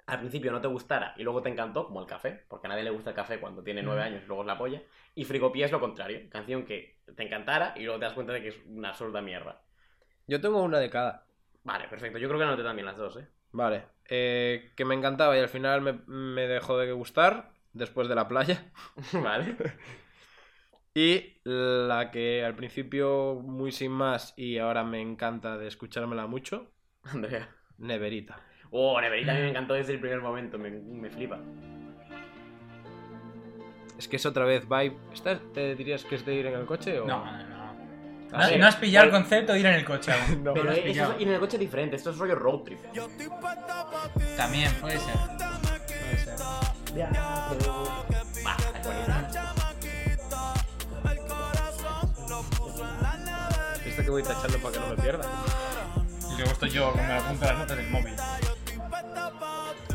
al principio no te gustara y luego te encantó, como el café, porque a nadie le gusta el café cuando tiene nueve Mm. años y luego es la polla. Y frigopié es lo contrario. Canción que te encantara y luego te das cuenta de que es una absurda mierda. Yo tengo una de cada. Vale, perfecto. Yo creo que anoté también las dos, ¿eh? Vale. Eh, que me encantaba y al final me, me dejó de gustar después de la playa. Vale. Y la que al principio muy sin más y ahora me encanta de escuchármela mucho, Andrea. Neverita. Oh, Neverita a mí me encantó desde el primer momento. Me, me flipa. Es que es otra vez vibe. ¿Esta te dirías que es de ir en el coche o...? No, no, no. A No, ver, no has pillado vale. el concepto de ir en el coche aún. No. No Pero lo has eso es- pillado. y en el coche es diferente. Esto es rollo road trip. También, puede ser. Puede ser. Bah, es buenísimo. Esta que voy tachando para que no me pierda. Y luego estoy yo con la punta de las notas del móvil.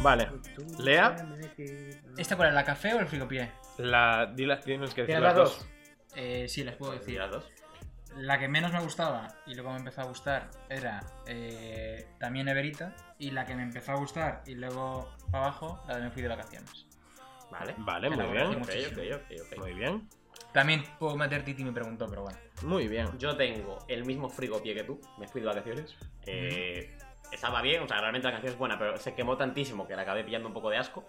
Vale. Lea, ¿Esta cuál es? ¿La café o el frigopié? la... di las- tienes que decir ¿Tienes las las dos. dos? Eh, sí, les puedo decir. las dos? La que menos me gustaba y luego me empezó a gustar era eh, también Everita. Y la que me empezó a gustar y luego para abajo, la de Me Fui de Vacaciones. Vale. Vale, Me muy la guardo. bien. Ok, ok, ok, ok. Muy bien. También puedo meter Titi me preguntó, pero bueno. Muy bien. Yo tengo el mismo frigopié que tú. Me fui de vacaciones. Eh, estaba bien, o sea, realmente la canción es buena, pero se quemó tantísimo que la acabé pillando un poco de asco.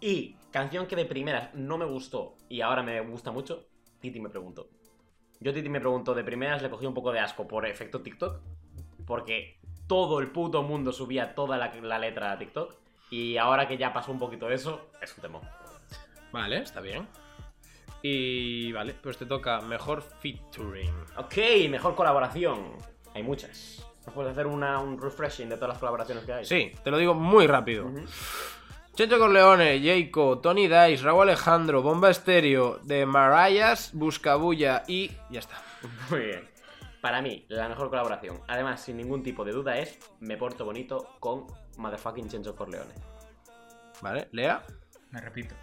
Y canción que de primeras no me gustó y ahora me gusta mucho, Titi me preguntó. Yo Titi me preguntó, de primeras le cogí un poco de asco por efecto TikTok, porque todo el puto mundo subía toda la, la letra a TikTok. Y ahora que ya pasó un poquito eso, es un temón. Vale, está bien. Y vale, pues te toca mejor featuring. Ok, mejor colaboración. Hay muchas. ¿Nos puedes hacer una, un refreshing de todas las colaboraciones que hay? Sí, te lo digo muy rápido. Checho Corleone, Jayco, Tony Dice, Raúl Alejandro, Bomba Estéreo, de Marayas, Buscabulla y ya está. Muy bien. Para mí, la mejor colaboración, además, sin ningún tipo de duda, es Me Porto Bonito con Motherfucking Chencho Corleone. Vale, Lea. Me repito.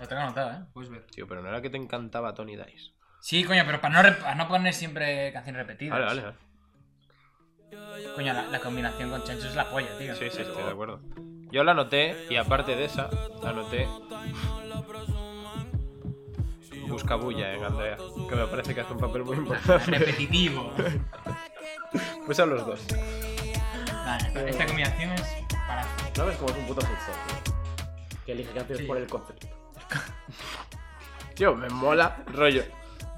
Lo tengo anotado, ¿eh? Puedes ver. Tío, pero no era que te encantaba Tony Dice. Sí, coño, pero para no, rep- para no poner siempre canciones repetidas. Vale, vale, vale. Coño, la, la combinación con Chencho es la polla, tío. Sí, sí, estoy de acuerdo. Yo la anoté y aparte de esa, anoté. Buscabulla en Andrea, que me parece que hace un papel muy importante. Repetitivo. Pues a los dos. Vale, esta- esta combinación es para. ¿No ves cómo es un puto hipster? Que elige canciones Sí. por el concepto. Tío, me mola rollo.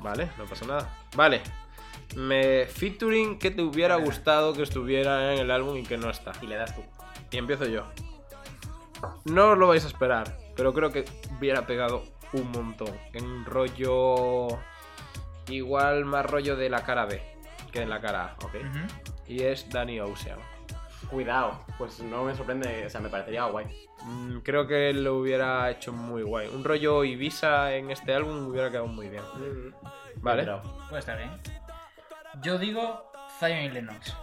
Vale, no pasa nada. Vale. Me featuring que te hubiera gustado que estuviera en el álbum y que no está. Y le das tú. Y empiezo yo. No os lo vais a esperar, pero creo que hubiera pegado un montón. En un rollo igual más rollo de la cara B que en la cara A, ¿ok? Ujú. Y es Danny Ocean. Cuidado, pues no me sorprende, o sea, me parecería guay. Mm, Creo que lo hubiera hecho muy guay. Un rollo Ibiza en este álbum hubiera quedado muy bien. Vale. Pero, Puede estar bien. Yo digo Zion y Lennox.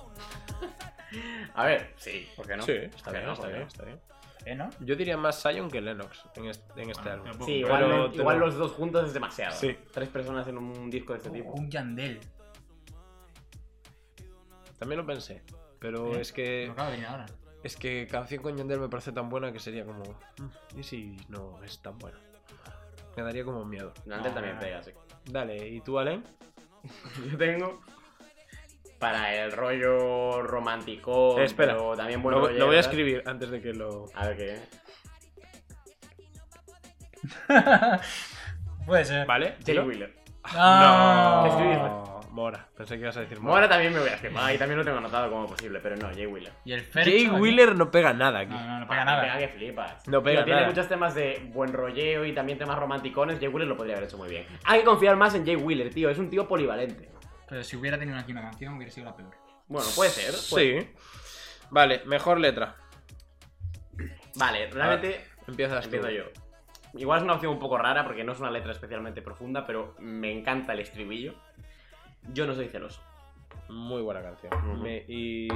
a ver, sí, ¿por qué no? Sí, ¿Por está qué bien, no? está ¿Por qué bien, no? está bien. ¿Eh, no? Yo diría más Sion que Lennox en este, en este álbum. Sí, Pero igual, te igual lo- los dos juntos es demasiado. Sí. Tres personas en un disco de este tipo. Un Yandel. También lo pensé, pero ¿Eh? es que ¿Eh? No acaba de venir ahora. Es que canción con Yandel me parece tan buena que sería como. "Mm, ¿Y si no es tan buena? Me daría como miedo. Yandel Ah. también pega, sí. Dale, ¿y tú, Alain? Yo tengo. Para el rollo romántico. Eh, espera, pero también bueno. lo, oye, lo voy a ¿verdad? escribir antes de que lo. A ver qué. Puede ser. ¿Vale? Jay ¿Dilo? Wheeler. Ah. No. ¿Qué escribiste? Mora. Pensé que ibas a decir Mora. Mora también me voy a quemar y también lo tengo anotado como posible, pero no, Jay Wheeler. ¿Y el Jay Wheeler no pega nada aquí. No, Ah, no pega que nada. Pega que flipas. No pega Tío, Tiene nada. muchos temas de buen rolleo y también temas romanticones. Jay Wheeler lo podría haber hecho muy bien. Hay que confiar más en Jay Wheeler, tío. Es un tío polivalente. Pero si hubiera tenido aquí una canción, hubiera sido la peor. Bueno, puede ser. puede- Sí. Vale, mejor letra. Vale, realmente Empiezas tú. empiezo yo. Igual es una opción un poco rara porque no es una letra especialmente profunda, pero me encanta el estribillo. Yo no soy celoso. Muy buena canción. Ujú. Me- y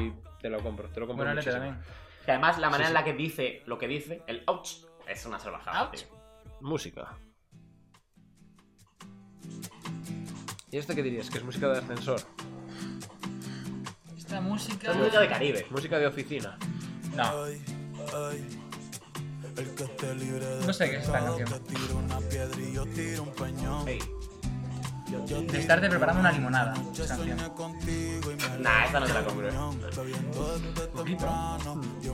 te lo compro, te lo compro. Buena letra muchísimo. también. Que además la manera en Sí, la que dice lo que dice, el ouch, es una salvajada, Ouch. tío. Música. ¿Y esto qué dirías? ¿Que es música de ascensor? Esta música. Es música de Caribe. ¿Música de oficina? No, no sé qué es esta canción. Ey. De estarte preparando una limonada. esa canción. Nah, esta no te la compro. Un poquito.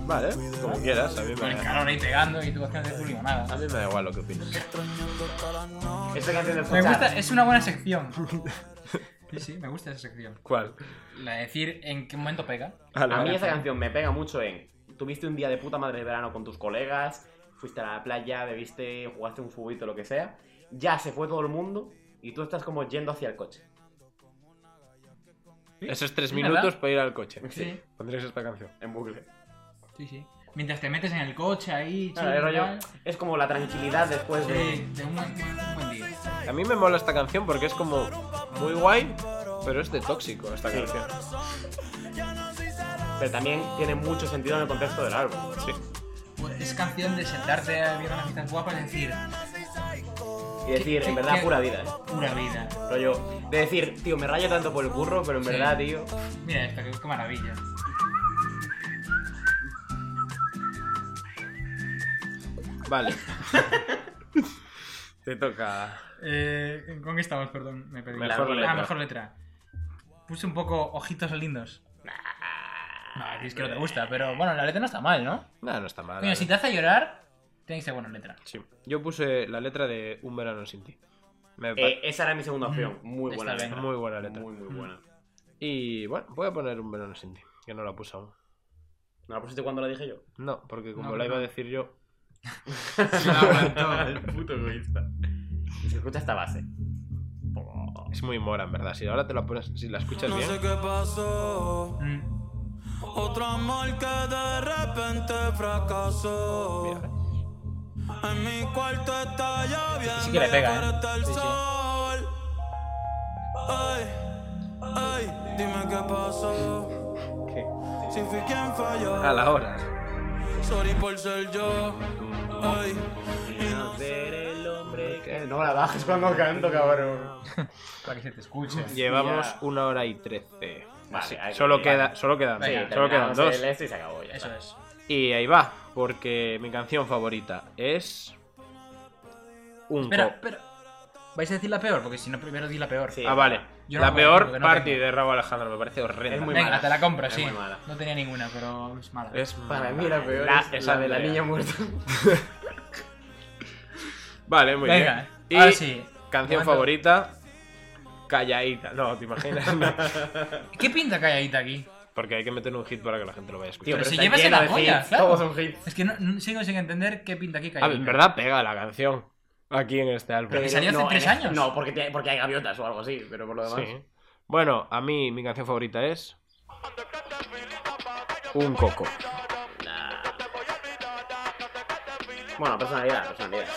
Vale, como quieras. A mí, Con me, el calor ahí pegando y tú haciendo tu limonada. a mí me da igual lo que opinas. Esta canción de Me escuchar. gusta, es una buena sección. Sí, sí, me gusta esa sección. ¿Cuál? La de decir en qué momento pega. Vale, A mí vale. esa canción me pega mucho en. Tuviste un día de puta madre de verano con tus colegas, fuiste a la playa, bebiste, jugaste un juguito, lo que sea. Ya se fue todo el mundo y tú estás como yendo hacia el coche. Esos tres Sí, minutos ¿verdad? para ir al coche. Sí, Pondrías esta canción. En bucle. sí, sí. Mientras te metes en el coche ahí, Claro, el chill, rollo tal. es como la tranquilidad después Sí, de. de un buen, un buen día. A mí me mola esta canción porque es como muy guay, pero es de tóxico esta Sí. canción. Pero también tiene mucho sentido en el contexto del álbum. Sí. Pues es canción de sentarte viendo unas fiestas guapas y decir, Y decir, ¿Qué- en qué- verdad, qué- pura vida, ¿eh? pura vida. Rollo, de decir, tío, me rayo tanto por el burro, pero en Sí. verdad, tío. Mira esta, qué, qué maravilla. Vale. Te toca. Eh, ¿Con qué estamos? Perdón, me perdí. Mejor ah, letra. mejor letra. Puse un poco ojitos lindos. No, es que no te gusta, pero bueno, la letra no está mal, ¿no? Nada, no está mal. Coño, la si te verdad. hace llorar, tiene que ser buena letra. Sí. Yo puse la letra de Un verano sin ti. Me pa- Eh, esa era mi segunda opción. Muy buena Está bien. letra. Muy buena letra. Muy, muy buena. Y bueno, voy a poner Un verano sin ti, que no la puse aún. ¿No la pusiste cuando la dije yo? No, porque como No, la no. iba a decir yo. el puto egoísta. Se escucha esta base. Po. Es muy mora, en verdad. Si ahora te la pones, si la escuchas No sé bien. qué pasó. Mm. Otro amor que de repente fracasó. Mira, eh. En mi cuarto está lloviendo. Sí que le pega, ¿eh? pero está el Sí, sí. sol. Ay, ay, dime qué pasó. ¿Qué? Si fui quien falló. A la hora. Sorry por ser yo. Ay, y no Ser el hombre que- No la bajes cuando canto, cabrón. Para que se te escuche. Llevamos una hora y trece. Vale, Así, hay que- solo, vale. queda, solo quedan, Venga, sí, solo quedan terminamos dos. el este y se acabó ya. Eso está. es. Y ahí va, porque mi canción favorita es. Un Espera, co- espera. ¿Vais a decir la peor? Porque si no, primero di la peor. Sí. Ah, vale. Yo no la me acuerdo, peor porque no party tengo. de Rabo Alejandro, me parece horrenda. Es muy Venga, mala. te la compro, Es sí. muy mala. No tenía ninguna, pero es mala. Es Para mí la peor La- es es la de la Andrea. niña muerta. Vale, muy Venga, eh, bien. Y ahora sí. canción Momento. favorita, Calladita. No, te imaginas. No. ¿Qué pinta calladita aquí? Porque hay que meter un hit para que la gente lo vaya a Tío, pero, escuchar. pero si está llevas en lleno la de polla, hits, claro. todos son hits. Es que no, no- sigo sin entender qué pinta aquí Ah, calladita. en verdad pega la canción aquí en este álbum. Pero salió hace no, tres en- años. No, porque, te- porque hay gaviotas o algo así, pero por lo demás. Sí. Bueno, a mí mi canción favorita es. Un coco. Nah. Bueno, personalidad, personalidad.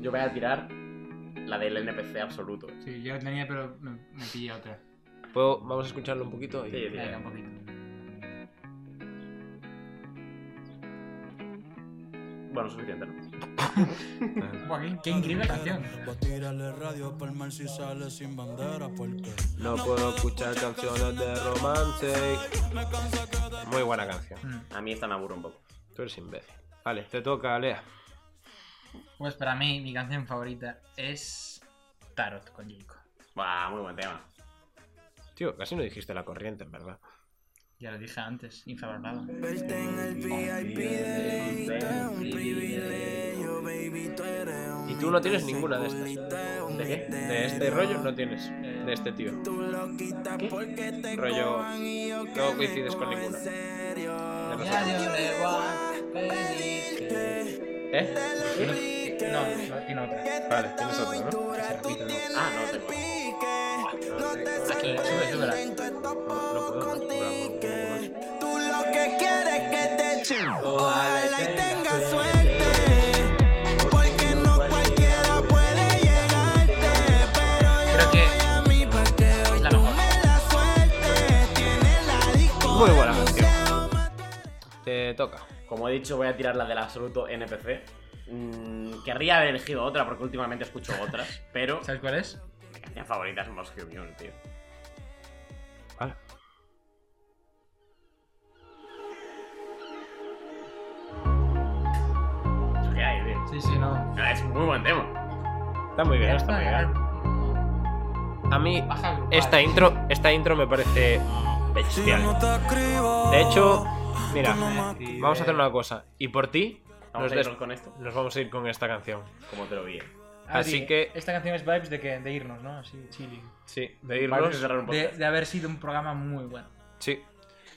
Yo voy a tirar la del NPC absoluto. Sí, yo tenía, pero me, me pillé otra. ¿Puedo- Vamos a escucharlo un poquito. y- Sí, sí. Venga, un poquito. Bueno, suficiente, ¿no? Joaquín, qué increíble canción. Voy a tirarle radio para el mar si sale sin bandera porque No puedo escuchar canciones de romance. Muy buena canción. A mí esta me aburre un poco. Tú eres imbécil. Vale, te toca, Lea. Pues para mí, mi canción favorita es Tarot con Jericho. Buah, muy buen tema. Tío, casi no dijiste la corriente, en verdad. Ya lo dije antes, infravalorado. Verte en el VIP de ley, es un privilegio, baby, tú eres un Y tú no tienes ninguna de estas. ¿De qué? De este rollo no tienes. De este tío. porque te Rollo. cojan y yo que No me coincides con ninguna. serio. Tienes Ya razón. yo le voy a pedirte. ¿Eh? No, no, tiene otra. Vale, tienes otra, ¿no? Ah, no, tengo. Aquí, sube, súbela. Tú lo que quieres es que te chingo. Ojalá y tengas suerte. Porque no cualquiera puede llegarte. Creo Pero que a mí pa' que hoy la tú mejor. me la suerte. Tienes la disco. Muy buena canción. Te toca. Como he dicho, voy a tirar la del absoluto NPC. Mm, querría haber elegido otra porque últimamente escucho otras, pero ¿Sabes cuál es? mi canción favorita es Moscow Mule, tío. Vale. ¿Eso ¿Qué hay, tío? Sí, sí, no. Ah, Es un muy buen tema. Está muy bien, está muy bien. A mí, Baja grupal. esta intro, esta intro me parece bestial. te escribo. De hecho, mira, vamos a hacer una cosa. Y por ti, Vamos nos, a des- irnos con esto. nos vamos a ir con esta canción. Como te lo vi. Así Adri, que- Esta canción es vibes de, que, de irnos, ¿no? Así, chilling. Sí, de Vamos a irnos. cerrar un De, podcast. de haber sido un programa muy bueno. Sí.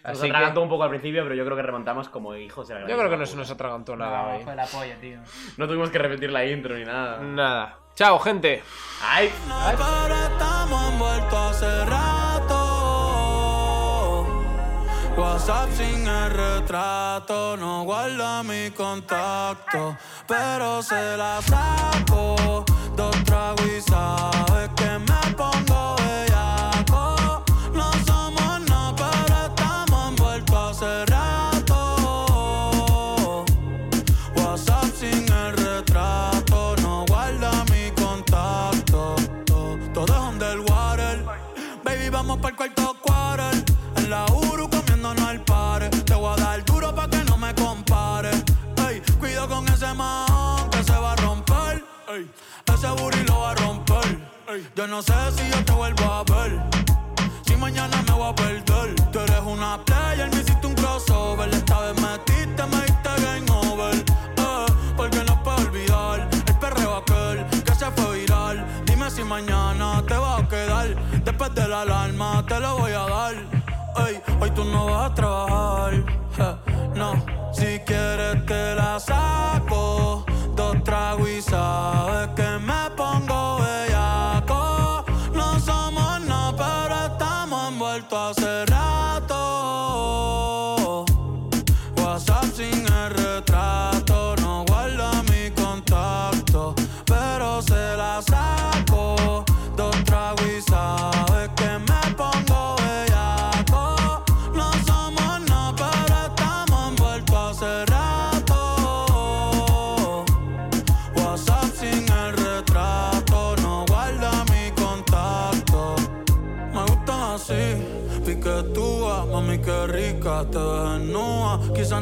Nos Así que atragantó un poco al principio, pero yo creo que remontamos como hijos de la yo creo que no se puta. nos atragantó nada No, hoy. Fue la polla, tío. No tuvimos que repetir la intro ni nada. Nada. Chao, gente. ¡Ay! Pero estamos envueltos hace rato. WhatsApp sin el retrato, no guarda mi contacto, pero se la saco. Dos tragos y sabes que me pongo bellaco. No somos nada, pero estamos envueltos hace rato. WhatsApp sin el retrato, no guarda mi contacto. To- Todo es underwater. Baby, vamos para el cuarto quarter. En la Uru comiéndonos al par. Te voy a dar duro pa' que no me compare. Ey, cuido con ese man que se va a romper. Ey, ese booty lo va a romper. Ey, yo no sé si yo te vuelvo a ver. Si mañana me voy a perder, tú eres una player, me hiciste un crossover. Esta vez metiste, me diste game over. Eh, porque no puedo olvidar el perreo aquel que se fue viral. Dime si mañana te vas a quedar. Después de la alarma te lo voy a dar. Ey, hoy tú no vas a trabajar. eh, no, si quieres te la saco. Dos tragos y sabes que me pongo bellaco. No somos nada, pero estamos envueltos hace rato. WhatsApp sin el retrato, no guarda mi contacto, pero se la saco. Dos tragos y sabes que me pongo bellaco. No somos nada, pero estamos envueltos hace rato. WhatsApp sin el retrato, no guarda mi contacto. Me gustan así, piquetúa, mami que rica, te desnuda. Quizás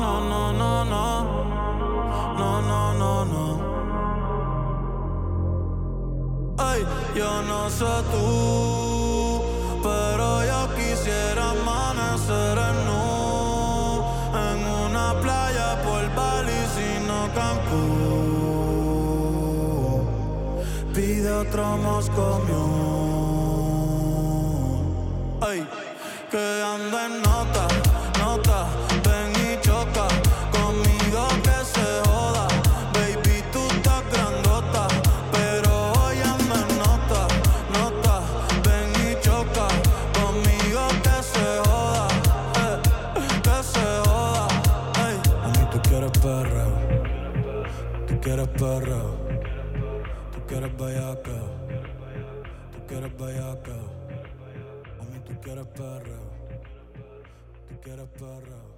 No, no, no, no. No, no, no, no. Ay, yo no sé tú, pero yo quisiera amanecer en nu, en una playa por Bali, sino Cancún. Pide otro Moscow Mule. Ay, que ando en nota, nota, ven y choca conmigo que se joda. Baby, tú estás grandota, pero hoy ando en nota. eh, quieres perro, tú quieres bellaqueo, tú quieres bellaqueo. Mami, tú quieres perro, tú quieres perro.